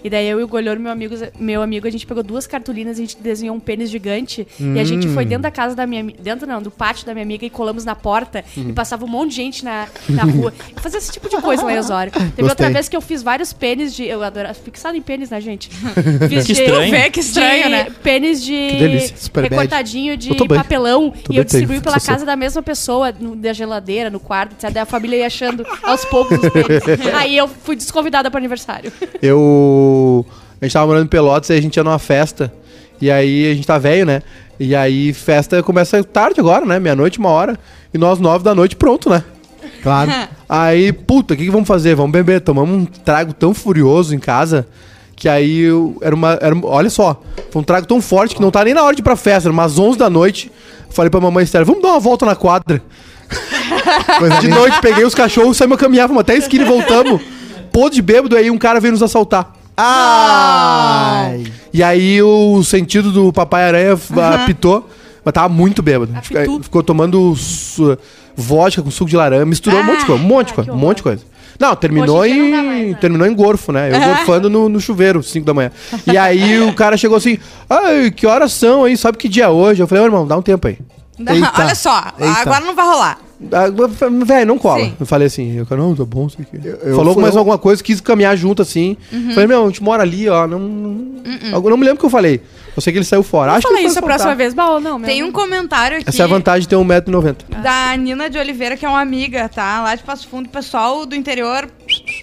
C: E daí eu e o Golhor, meu amigo, meu amigo, a gente pegou duas cartolinas, a gente desenhou um pênis gigante. E a gente
D: Hum.
C: foi dentro da casa da minha ami- Dentro não, do pátio da minha amiga e colamos na porta.
D: Hum.
C: E passava um monte de gente na, na rua. Eu fazia esse tipo de coisa lá em Osório. Teve outra
B: Gostei.
C: vez que eu fiz vários pênis de. Eu adoro. Fixado em pênis, né, gente? Fiz
E: Que estranho.
A: Vê que estranho,
C: de
A: né?
C: Pênis de
D: delícia,
B: super bad.
C: recortadinho
D: Eu
C: de
D: tô bem. Tô
C: papelão. e eu
D: bem, tenho
C: distribuí pela
D: fixação.
C: casa da mesma pessoa, no, da geladeira, no quarto, etc. Daí a família ia achando aos poucos os pênis. Aí eu fui desconvidada pro aniversário.
D: Eu. A gente tava morando em Pelotas e a gente ia numa festa. E aí a gente tá velho, né? E aí festa começa tarde agora, né? Meia-noite, uma hora. E nós, nove da noite, pronto, né?
B: Claro.
D: Aí, puta, o que, que vamos fazer? Vamos beber. Tomamos um trago tão furioso em casa que aí eu, era, uma, era uma- Olha só, foi um trago tão forte que não tá nem na hora de ir pra festa, era umas 11 da noite. Falei pra mamãe Estéreo, vamos dar uma volta na quadra.
B: Coisa
D: De
B: linda.
D: noite peguei os cachorros, saímos caminhar, fomos até a esquina e voltamos. Pô de bêbado, aí um cara veio nos assaltar.
B: Ai.
D: E aí o sentido do Papai Aranha f- apitou, mas tava muito bêbado.
C: Apitou.
D: Ficou- Ficou tomando su- vodka com suco de laranja, misturou um monte de coisa, um monte de
C: ah,
D: coisa,
C: que
D: um monte de coisa. Não, terminou
C: Hoje em dia
D: em,
C: não dá mais, né?
D: terminou em gorfo, né? Eu gorfando no, no chuveiro, 5 da manhã. E aí o cara chegou assim, ai, que horas são aí? Sabe que dia é hoje? Eu falei, ô irmão, dá um tempo aí.
A: Não,
B: Eita.
A: Olha só,
B: Eita.
A: agora não vai rolar.
D: Ah, Velho, não cola.
A: Sim.
D: Eu falei assim, eu falei, não, tá bom, sei que.
B: eu
D: Falou
B: fui-
D: mais alguma coisa, quis caminhar junto assim.
C: Uhum.
D: Falei, meu, a gente mora ali, ó. Não, não, Eu não me lembro o que eu falei. Eu sei que ele saiu fora. Acho que
C: Fala
D: ele
C: Uhum. isso
D: foi
C: a próxima
D: assaltar.
C: vez. Bom, não, meu.
A: Tem um comentário aqui.
D: Essa é a vantagem de ter 1,90m.
A: da Nina de Oliveira, que é uma amiga, tá? Lá de Passo Fundo, pessoal do interior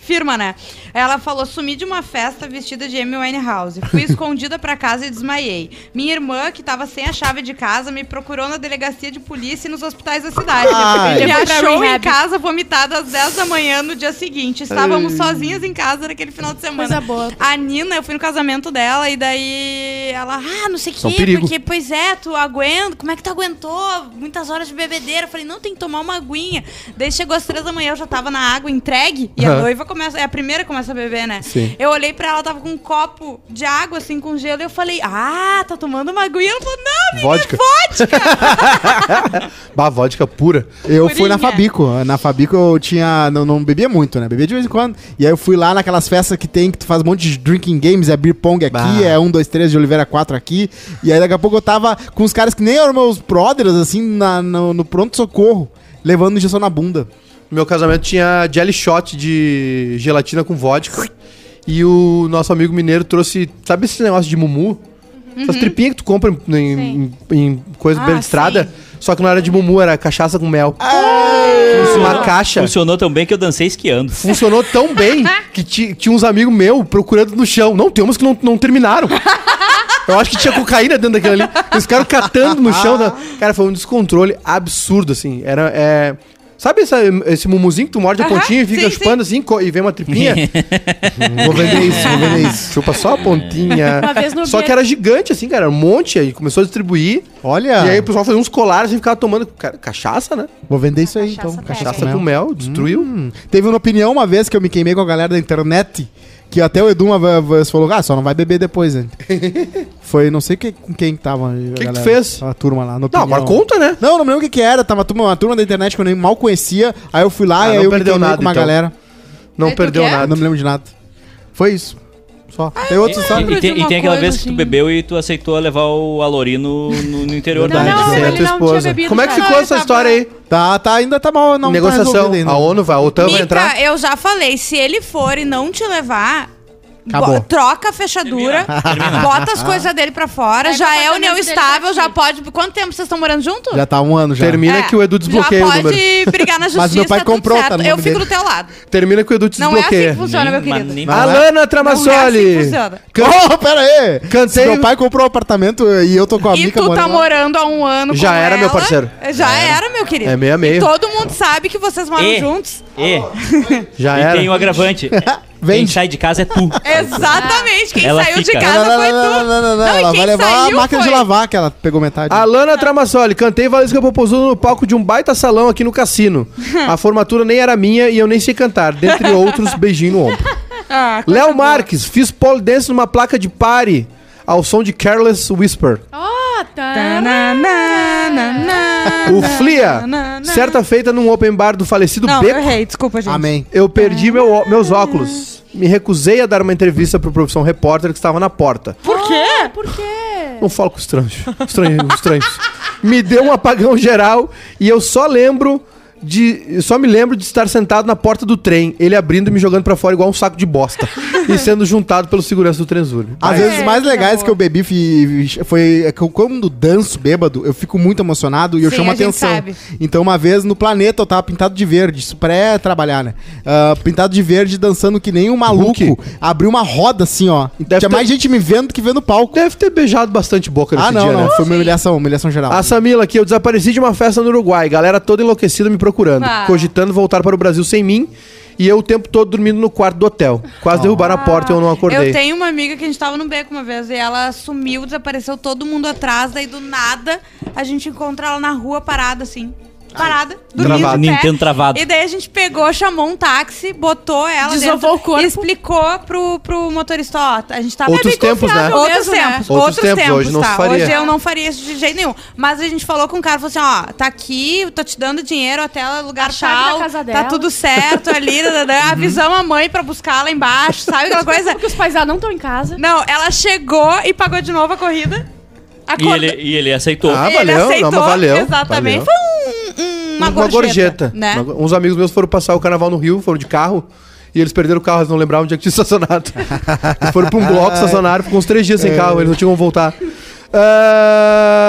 A: firma, né? Ela falou: sumi de uma festa vestida de Amy Winehouse. Fui escondida pra casa e desmaiei. Minha irmã, que tava sem a chave de casa, me procurou na delegacia de polícia e nos hospitais da cidade.
B: Ai.
A: Me
C: Ele foi pra
A: achou em
C: rehab.
A: casa vomitada às 10 da manhã no dia seguinte. Estávamos sozinhas em casa naquele final de semana.
C: Coisa boa.
A: A Nina, eu fui no casamento dela e daí ela, ah, não sei o
D: Isso é um
A: quê,
D: perigo.
A: porque, pois é, tu aguenta, como é que tu aguentou muitas horas de bebedeira? Eu falei, não, tem que tomar uma aguinha. Daí chegou às três da manhã, eu já tava na água entregue e a
D: Aham.
A: noiva começa, é a primeira que começa a beber, né?
D: Sim.
A: Eu olhei pra ela, tava com um copo de água, assim, com gelo, e eu falei, ah, tá tomando uma aguinha? Ela falou, não, menina,
D: Vodka.
A: é vodka!
D: Bah,
B: é
D: vodka pura.
B: Eu fui na
A: Purinha.
B: Fabico. Na Fabico eu tinha. Não, não bebia muito, né? Bebia de vez em quando. E aí eu fui lá naquelas festas que tem, que tu faz um monte de drinking games, é beer pong aqui,
D: Bah.
B: é 1, 2, 3 de Oliveira 4 aqui. E aí daqui a pouco eu tava com os caras que nem eram meus brothers, assim, na- no, no pronto-socorro, levando injeção na bunda.
D: No meu casamento tinha jelly shot de gelatina com vodka. E o nosso amigo mineiro trouxe, sabe esse negócio de mumu?
C: Uhum.
D: Essas tripinhas que tu compra em, em, em coisa
A: Ah,
D: bem de estrada. Só que não era de mumu, era cachaça com mel. Uma caixa.
E: Funcionou tão bem que eu dancei esquiando.
D: Funcionou tão bem que ti- tinha uns amigos meus procurando no chão. Não, tem umas que não, não terminaram. Eu acho que tinha cocaína dentro daquilo ali. Eles ficaram catando no chão. tá? Cara, foi um descontrole absurdo, assim. Era. é, Sabe essa- esse mumuzinho que tu morde a
A: Aham,
D: pontinha e fica
A: sim,
D: chupando assim co- e vem uma tripinha? É
B: Vou vender isso, vou vender isso.
D: Chupa só a pontinha.
C: Uma vez no
D: Só
C: Viet-
D: que era gigante, assim, cara. Um monte aí. Começou a distribuir.
B: Olha,
D: E aí o pessoal fazia uns colares e ficava tomando cara, cachaça, né?
B: vou vender isso aí então.
C: Cachaça
D: Cachaça
B: com
D: com mel, destruiu.
B: Hum, Teve uma opinião uma vez que eu me queimei com a galera da internet, que até o Edu uma vez falou, ah, só não vai beber depois, né? Foi, não sei que, com quem que tava. O
D: que tu fez?
B: A turma lá, no
D: Não, agora conta, né?
B: Não, não me lembro o que que era, tava uma turma, uma turma da internet que eu nem mal conhecia, aí eu fui lá
D: Ah,
B: e
D: não
B: aí eu me
D: perdeu
B: queimei
D: nada,
B: com uma
D: então.
B: galera.
D: Não
A: Aí tu
D: perdeu
A: quer? Ah,
D: nada.
B: Eu não me lembro de nada. Foi isso. Só. Tem
A: é?
B: outros,
E: E,
B: sabe?
E: e tem,
A: de
E: e
A: uma
E: tem aquela
A: coisa,
E: vez que tu
A: assim.
E: bebeu e tu aceitou levar o Alorino no, no interior
C: Não,
E: da
B: Verdade,
C: não, ele
B: certo,
C: não tinha
D: esposa.
C: bebido.
D: Como é que
C: cara.
D: ficou
A: Não,
D: essa
A: tá
D: história
A: bom.
D: aí?
B: Tá, tá, ainda tá mal, não tá
D: Negociação.
B: resolvido ainda.
D: a ONU vai, a OTAN vai entrar.
A: Mica, eu já falei, se ele for e não te levar.
B: Acabou.
A: bo- Troca a fechadura, bota as coisas dele pra fora,
C: Aí o
A: já é
C: apartamento
A: união
C: dele tá
A: estável, já
C: aqui.
A: pode. Quanto tempo vocês estão morando junto?
B: Já tá um ano já.
D: Termina
A: É,
D: que o Edu desbloqueia
A: já
D: o número.
A: Pode brigar na justiça.
B: Mas meu pai
A: tudo
B: comprou,
A: certo.
B: tá no
A: Eu
B: nome
A: fico
B: dele.
A: do teu lado.
D: Termina que o Edu
A: Não é assim
D: desbloqueia. é?
A: que funciona, meu querido.
E: nem,
B: Não,
D: Alana Tramassoli.
A: Não é assim que funciona.
B: Oh, pera aí!
D: Cansei.
B: Se Meu pai comprou um apartamento e eu tô com a
A: E
B: Mica
A: tu tá
B: morando lá.
A: morando há um ano
D: Já
A: com
D: era, meu
A: ela.
D: parceiro.
A: Já era, meu querido.
D: É meio a meio.
A: E todo mundo sabe que vocês moram
E: E-
A: juntos.
E: E,
D: Já
E: e
D: era.
E: tem o agravante. Quem
B: Vende.
E: sai de casa é tu.
A: Exatamente. Quem
E: Ela
A: saiu
E: fica.
A: de casa foi tu. e
B: Ela
A: quem
B: vai levar a
A: saiu
B: máquina de
A: foi-
B: lavar que ela pegou metade.
D: Alana Tramassoli, cantei Valesca Popozuda no palco de um baita salão aqui no cassino. A formatura nem era minha e eu nem sei cantar, dentre outros, beijinho no ombro.
A: Ah, coisa
D: Léo
A: boa.
D: Marques, fiz pole dance numa placa de pare ao som de Careless Whisper.
A: Ah,
C: Ó, tá.
D: O
A: na,
D: Flia,
A: na.
D: certa feita num open bar do falecido
A: Não, eu
D: Beco,
A: errei, desculpa, gente.
B: Amém.
D: eu perdi meu ó- meus óculos.
B: Ah.
D: Me recusei a dar uma entrevista pro profissão repórter que estava na porta. Um
A: Por quê?
C: Por quê?
D: Não falo com estranhos. Estranhos, estranhos. Me deu um apagão geral e eu só lembro de. Só me lembro de estar sentado na porta do trem, ele abrindo e me jogando pra fora igual um saco de bosta. e sendo juntado pelo segurança do trenzulho.
B: Às vezes, os mais
A: que
B: legais
A: amor.
B: que eu bebi fi- fi- foi é que eu, quando danço bêbado, eu fico muito emocionado e eu
A: Sim,
B: chamo
A: a gente
B: atenção.
A: sabe.
B: Então, uma vez no planeta, eu tava pintado de verde, isso pré-trabalhar, né? Ah, pintado de verde, dançando que nem um maluco.
D: Hulk.
B: Abriu uma roda assim, ó.
D: Deve
B: Tinha
D: ter-
B: mais gente me vendo do que vendo o palco.
D: Deve ter beijado bastante boca nesse
B: Ah, não,
D: dia,
B: não.
D: né?
B: Foi uma humilhação, humilhação geral.
D: A Samila aqui, eu desapareci de uma festa no Uruguai, galera toda enlouquecida me procurando,
A: Ah.
D: cogitando voltar para o Brasil sem mim, e eu o tempo todo dormindo no quarto do hotel. Quase derrubaram a porta e eu não acordei.
A: Eu tenho uma amiga que a gente tava no beco uma vez e ela sumiu, desapareceu todo mundo atrás, daí do nada a gente encontra ela na rua parada assim. Parada, dormindo
D: Travado.
A: de pé.
E: Nintendo travado.
A: E daí a gente pegou, chamou um táxi, botou ela
C: Desovou
A: dentro
C: o corpo.
A: e explicou pro, pro motorista, ó, a gente tava
D: Outros
A: bem confiável
D: tempos, né?
A: Outros
C: mesmo, né?
A: tempos,
D: Outros
A: outros,
D: tempos,
A: tempos,
D: hoje não
A: tá?
D: se faria.
A: Hoje eu não faria isso de jeito nenhum. Mas a gente falou com o cara, falou assim, ó, tá aqui, tô te dando dinheiro até lugar
C: A chave da
A: tal,
C: casa
A: tá
C: dela.
A: tudo certo ali,
D: Uhum.
A: dadadá, avisamos a mãe pra buscar lá embaixo, sabe aquela
D: é-
A: coisa?
C: Porque os pais dela não estão em casa.
A: Não, ela chegou e pagou de novo a corrida.
E: E
A: Acorda-
E: ele, e ele aceitou.
D: Ah, valeu, não, mas valeu, valeu.
A: Exatamente. Foi um- um- uma, gorjeta. Né?
D: Uma go- uns amigos meus foram passar o carnaval no Rio, foram de carro. E eles perderam o carro, eles não lembravam onde é que tinha estacionado. eles foram pra um bloco estacionário, ficou uns três dias sem Ah, carro, eles não tinham como voltar.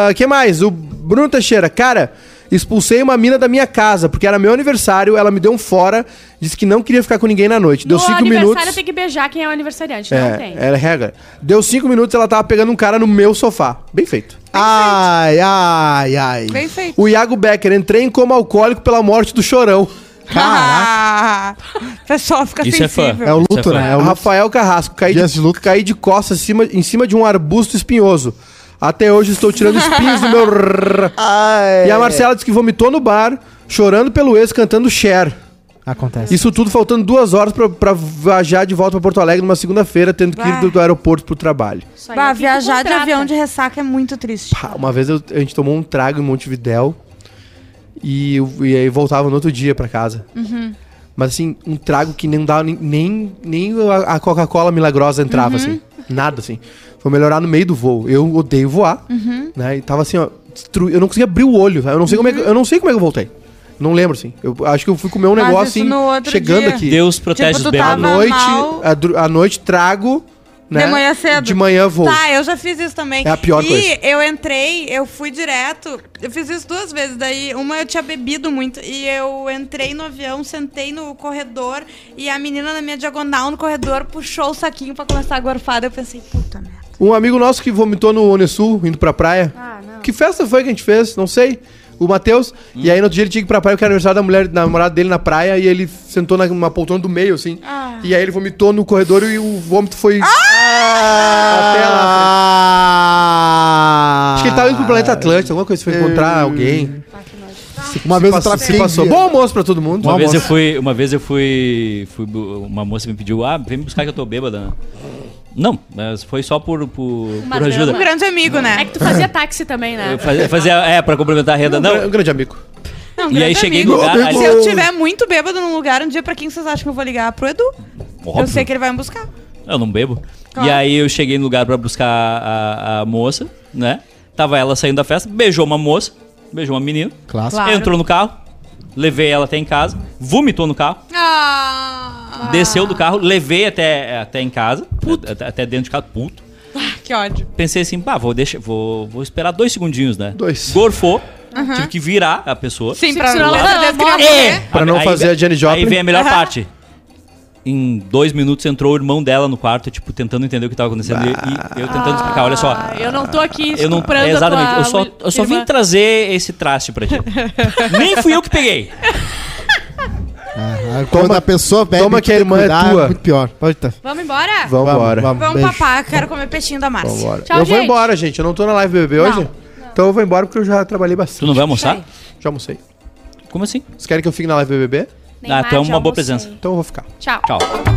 D: O que mais? O Bruno Teixeira, cara, Expulsei uma mina da minha casa, porque era meu aniversário, ela me deu um fora, disse que não queria ficar com ninguém na noite. Deu
C: no
D: cinco
C: aniversário
D: minutos.
C: tem que beijar quem é o aniversariante, não
D: É,
C: tem.
D: era regra. Deu cinco minutos, ela tava pegando um cara no meu sofá. Bem feito.
B: Ai, ai, ai.
A: Bem feito.
D: O Iago Becker, entrei em coma alcoólico pela morte do chorão.
A: o pessoal fica
E: Isso é fã.
A: sensível.
B: É o
E: Isso é
B: luto,
E: fã.
B: né? É o luto.
D: Rafael Carrasco, caí
B: Dias de
D: de,
B: luto.
D: caí de costas em cima, em cima de um arbusto espinhoso. Até hoje estou tirando espinhos do meu. rrr.
B: Ai.
D: E a Marcela disse que vomitou no bar, chorando pelo ex, cantando Cher.
B: Acontece.
D: Isso tudo faltando duas horas pra, pra viajar de volta pra Porto Alegre numa segunda-feira, tendo que ir
A: Bah.
D: do, do aeroporto pro trabalho.
C: Isso aí é
A: Bah,
C: o que tu
A: viajar de
C: contrata.
A: avião de ressaca é muito triste.
D: Pá, Uma vez eu- a gente tomou um trago em Montevidéu e, eu- e aí voltava no outro dia pra casa.
A: Uhum.
D: Mas assim, um trago que nem dava nem, nem, nem a a Coca-Cola milagrosa
A: Uhum.
D: entrava, assim. Nada, assim. Foi melhorar no meio do voo. Eu odeio voar,
A: Uhum.
D: né? E tava assim, ó, destru- eu não conseguia abrir o olho. sabe? Eu não sei, como, é que, eu não sei como é que eu voltei. Não lembro, assim. Eu acho que eu fui comer um
A: Mas
D: negócio,
A: isso
D: assim,
A: no outro
D: chegando
A: dia.
D: aqui.
E: Deus protege
A: Tipo,
E: os
A: tu
D: À
E: bêbados.
A: tava-
D: noite,
A: mal.
D: a dru- à noite trago, né?
A: De manhã cedo.
D: De manhã voo.
A: Tá, eu já fiz isso também.
D: É a pior
A: e
D: coisa.
A: eu entrei, eu fui direto. Eu fiz isso duas vezes. Daí, uma eu tinha bebido muito. E eu entrei no avião, sentei no corredor. E a menina na minha diagonal no corredor puxou o saquinho pra começar a gorfar. Daí Eu pensei, puta merda.
D: Um amigo nosso que vomitou no Onesul, indo pra praia.
C: Ah, não.
D: Que festa foi que a gente fez? Não sei. O Matheus. E aí no outro dia ele tinha que ir pra praia, porque era aniversário da mulher, da namorada dele na praia, e ele sentou na- numa poltrona do meio, assim.
A: Ah.
D: E aí ele vomitou no corredor e o vômito foi.
C: Ah!
D: Até lá.
B: Ah!
D: Acho que ele tava indo pro planeta Atlântico, alguma coisa, foi encontrar alguém.
B: Uma vez eu
D: Passou,
B: tava
D: se passou. Bom almoço pra todo mundo.
E: Uma
D: Bom
E: vez eu
D: almoço.
E: fui, uma vez eu fui, fui bu- uma moça me pediu, ah, vem me buscar que eu tô bêbada. né? Não, mas foi só por, por,
C: Uma
E: por ajuda.
A: Um
C: dama.
A: grande amigo,
C: É
A: né?
C: que tu fazia táxi também, né?
E: Eu fazia, fazia- é, pra complementar a renda,
D: Um
E: não.
D: gran- Um grande amigo.
A: Não, um
E: E aí
A: grande
E: cheguei
A: amigo.
E: no lugar,
A: Se
E: ali,
A: eu tiver muito bêbado num lugar, um dia pra quem vocês acham que eu vou ligar? Pro Edu.
E: Óbvio.
A: Eu sei que ele vai me buscar.
E: Eu não bebo.
A: Claro.
E: E aí eu cheguei no lugar pra buscar a, a moça, né? Tava ela saindo da festa, beijou uma moça, beijou uma menina,
B: Clássico.
A: Claro.
E: entrou no carro, levei ela até em casa, vomitou no carro,
A: Ah,
E: desceu do carro, levei até, até em casa, Até, até dentro de casa, puto.
A: que ódio.
E: Pensei assim, pá, vou, deixar, vou, vou esperar dois segundinhos, né?
D: Dois.
E: Gorfou, tive que virar a pessoa. É!
A: Sim,
C: Sim,
A: pra
C: senão ela
A: certeza que ele ia
C: morre.
A: morrer.
D: Pra não fazer a Jenny Joplin.
E: Aí vem a melhor parte. Em dois minutos entrou o irmão dela no quarto, tipo, tentando entender o que tava acontecendo. e- E eu tentando explicar, olha só.
D: Tá.
C: Ah, eu não tô aqui
E: Eu não,
D: é,
E: é,
C: estuprando a
E: exatamente.
C: tua
E: Eu só, eu só vim
C: irmã.
E: trazer esse traste pra ti. Nem fui eu que peguei.
B: Ah, Quando
D: Toma-
B: a pessoa bebe,
D: toma
B: tu
D: que a
B: tem
D: irmã é
B: cuidar,
D: tua.
B: muito pior. Pode tá.
C: Vamos embora?
D: Vamos embora.
B: Vamos,
A: Vamos
B: beijo.
A: papar, quero comer peixinho da Márcia.
D: Vambora.
C: Tchau,
D: eu vou
C: gente.
D: embora, gente. Eu não tô na live BBB
C: Não.
D: hoje. Então eu vou embora porque eu já trabalhei bastante.
E: Tu não vai almoçar?
D: Já almocei.
E: Como assim?
D: Vocês querem que eu fique na live BBB?
E: Ah, tu é uma boa presença.
D: Então eu vou ficar.
C: Tchau.
E: Tchau.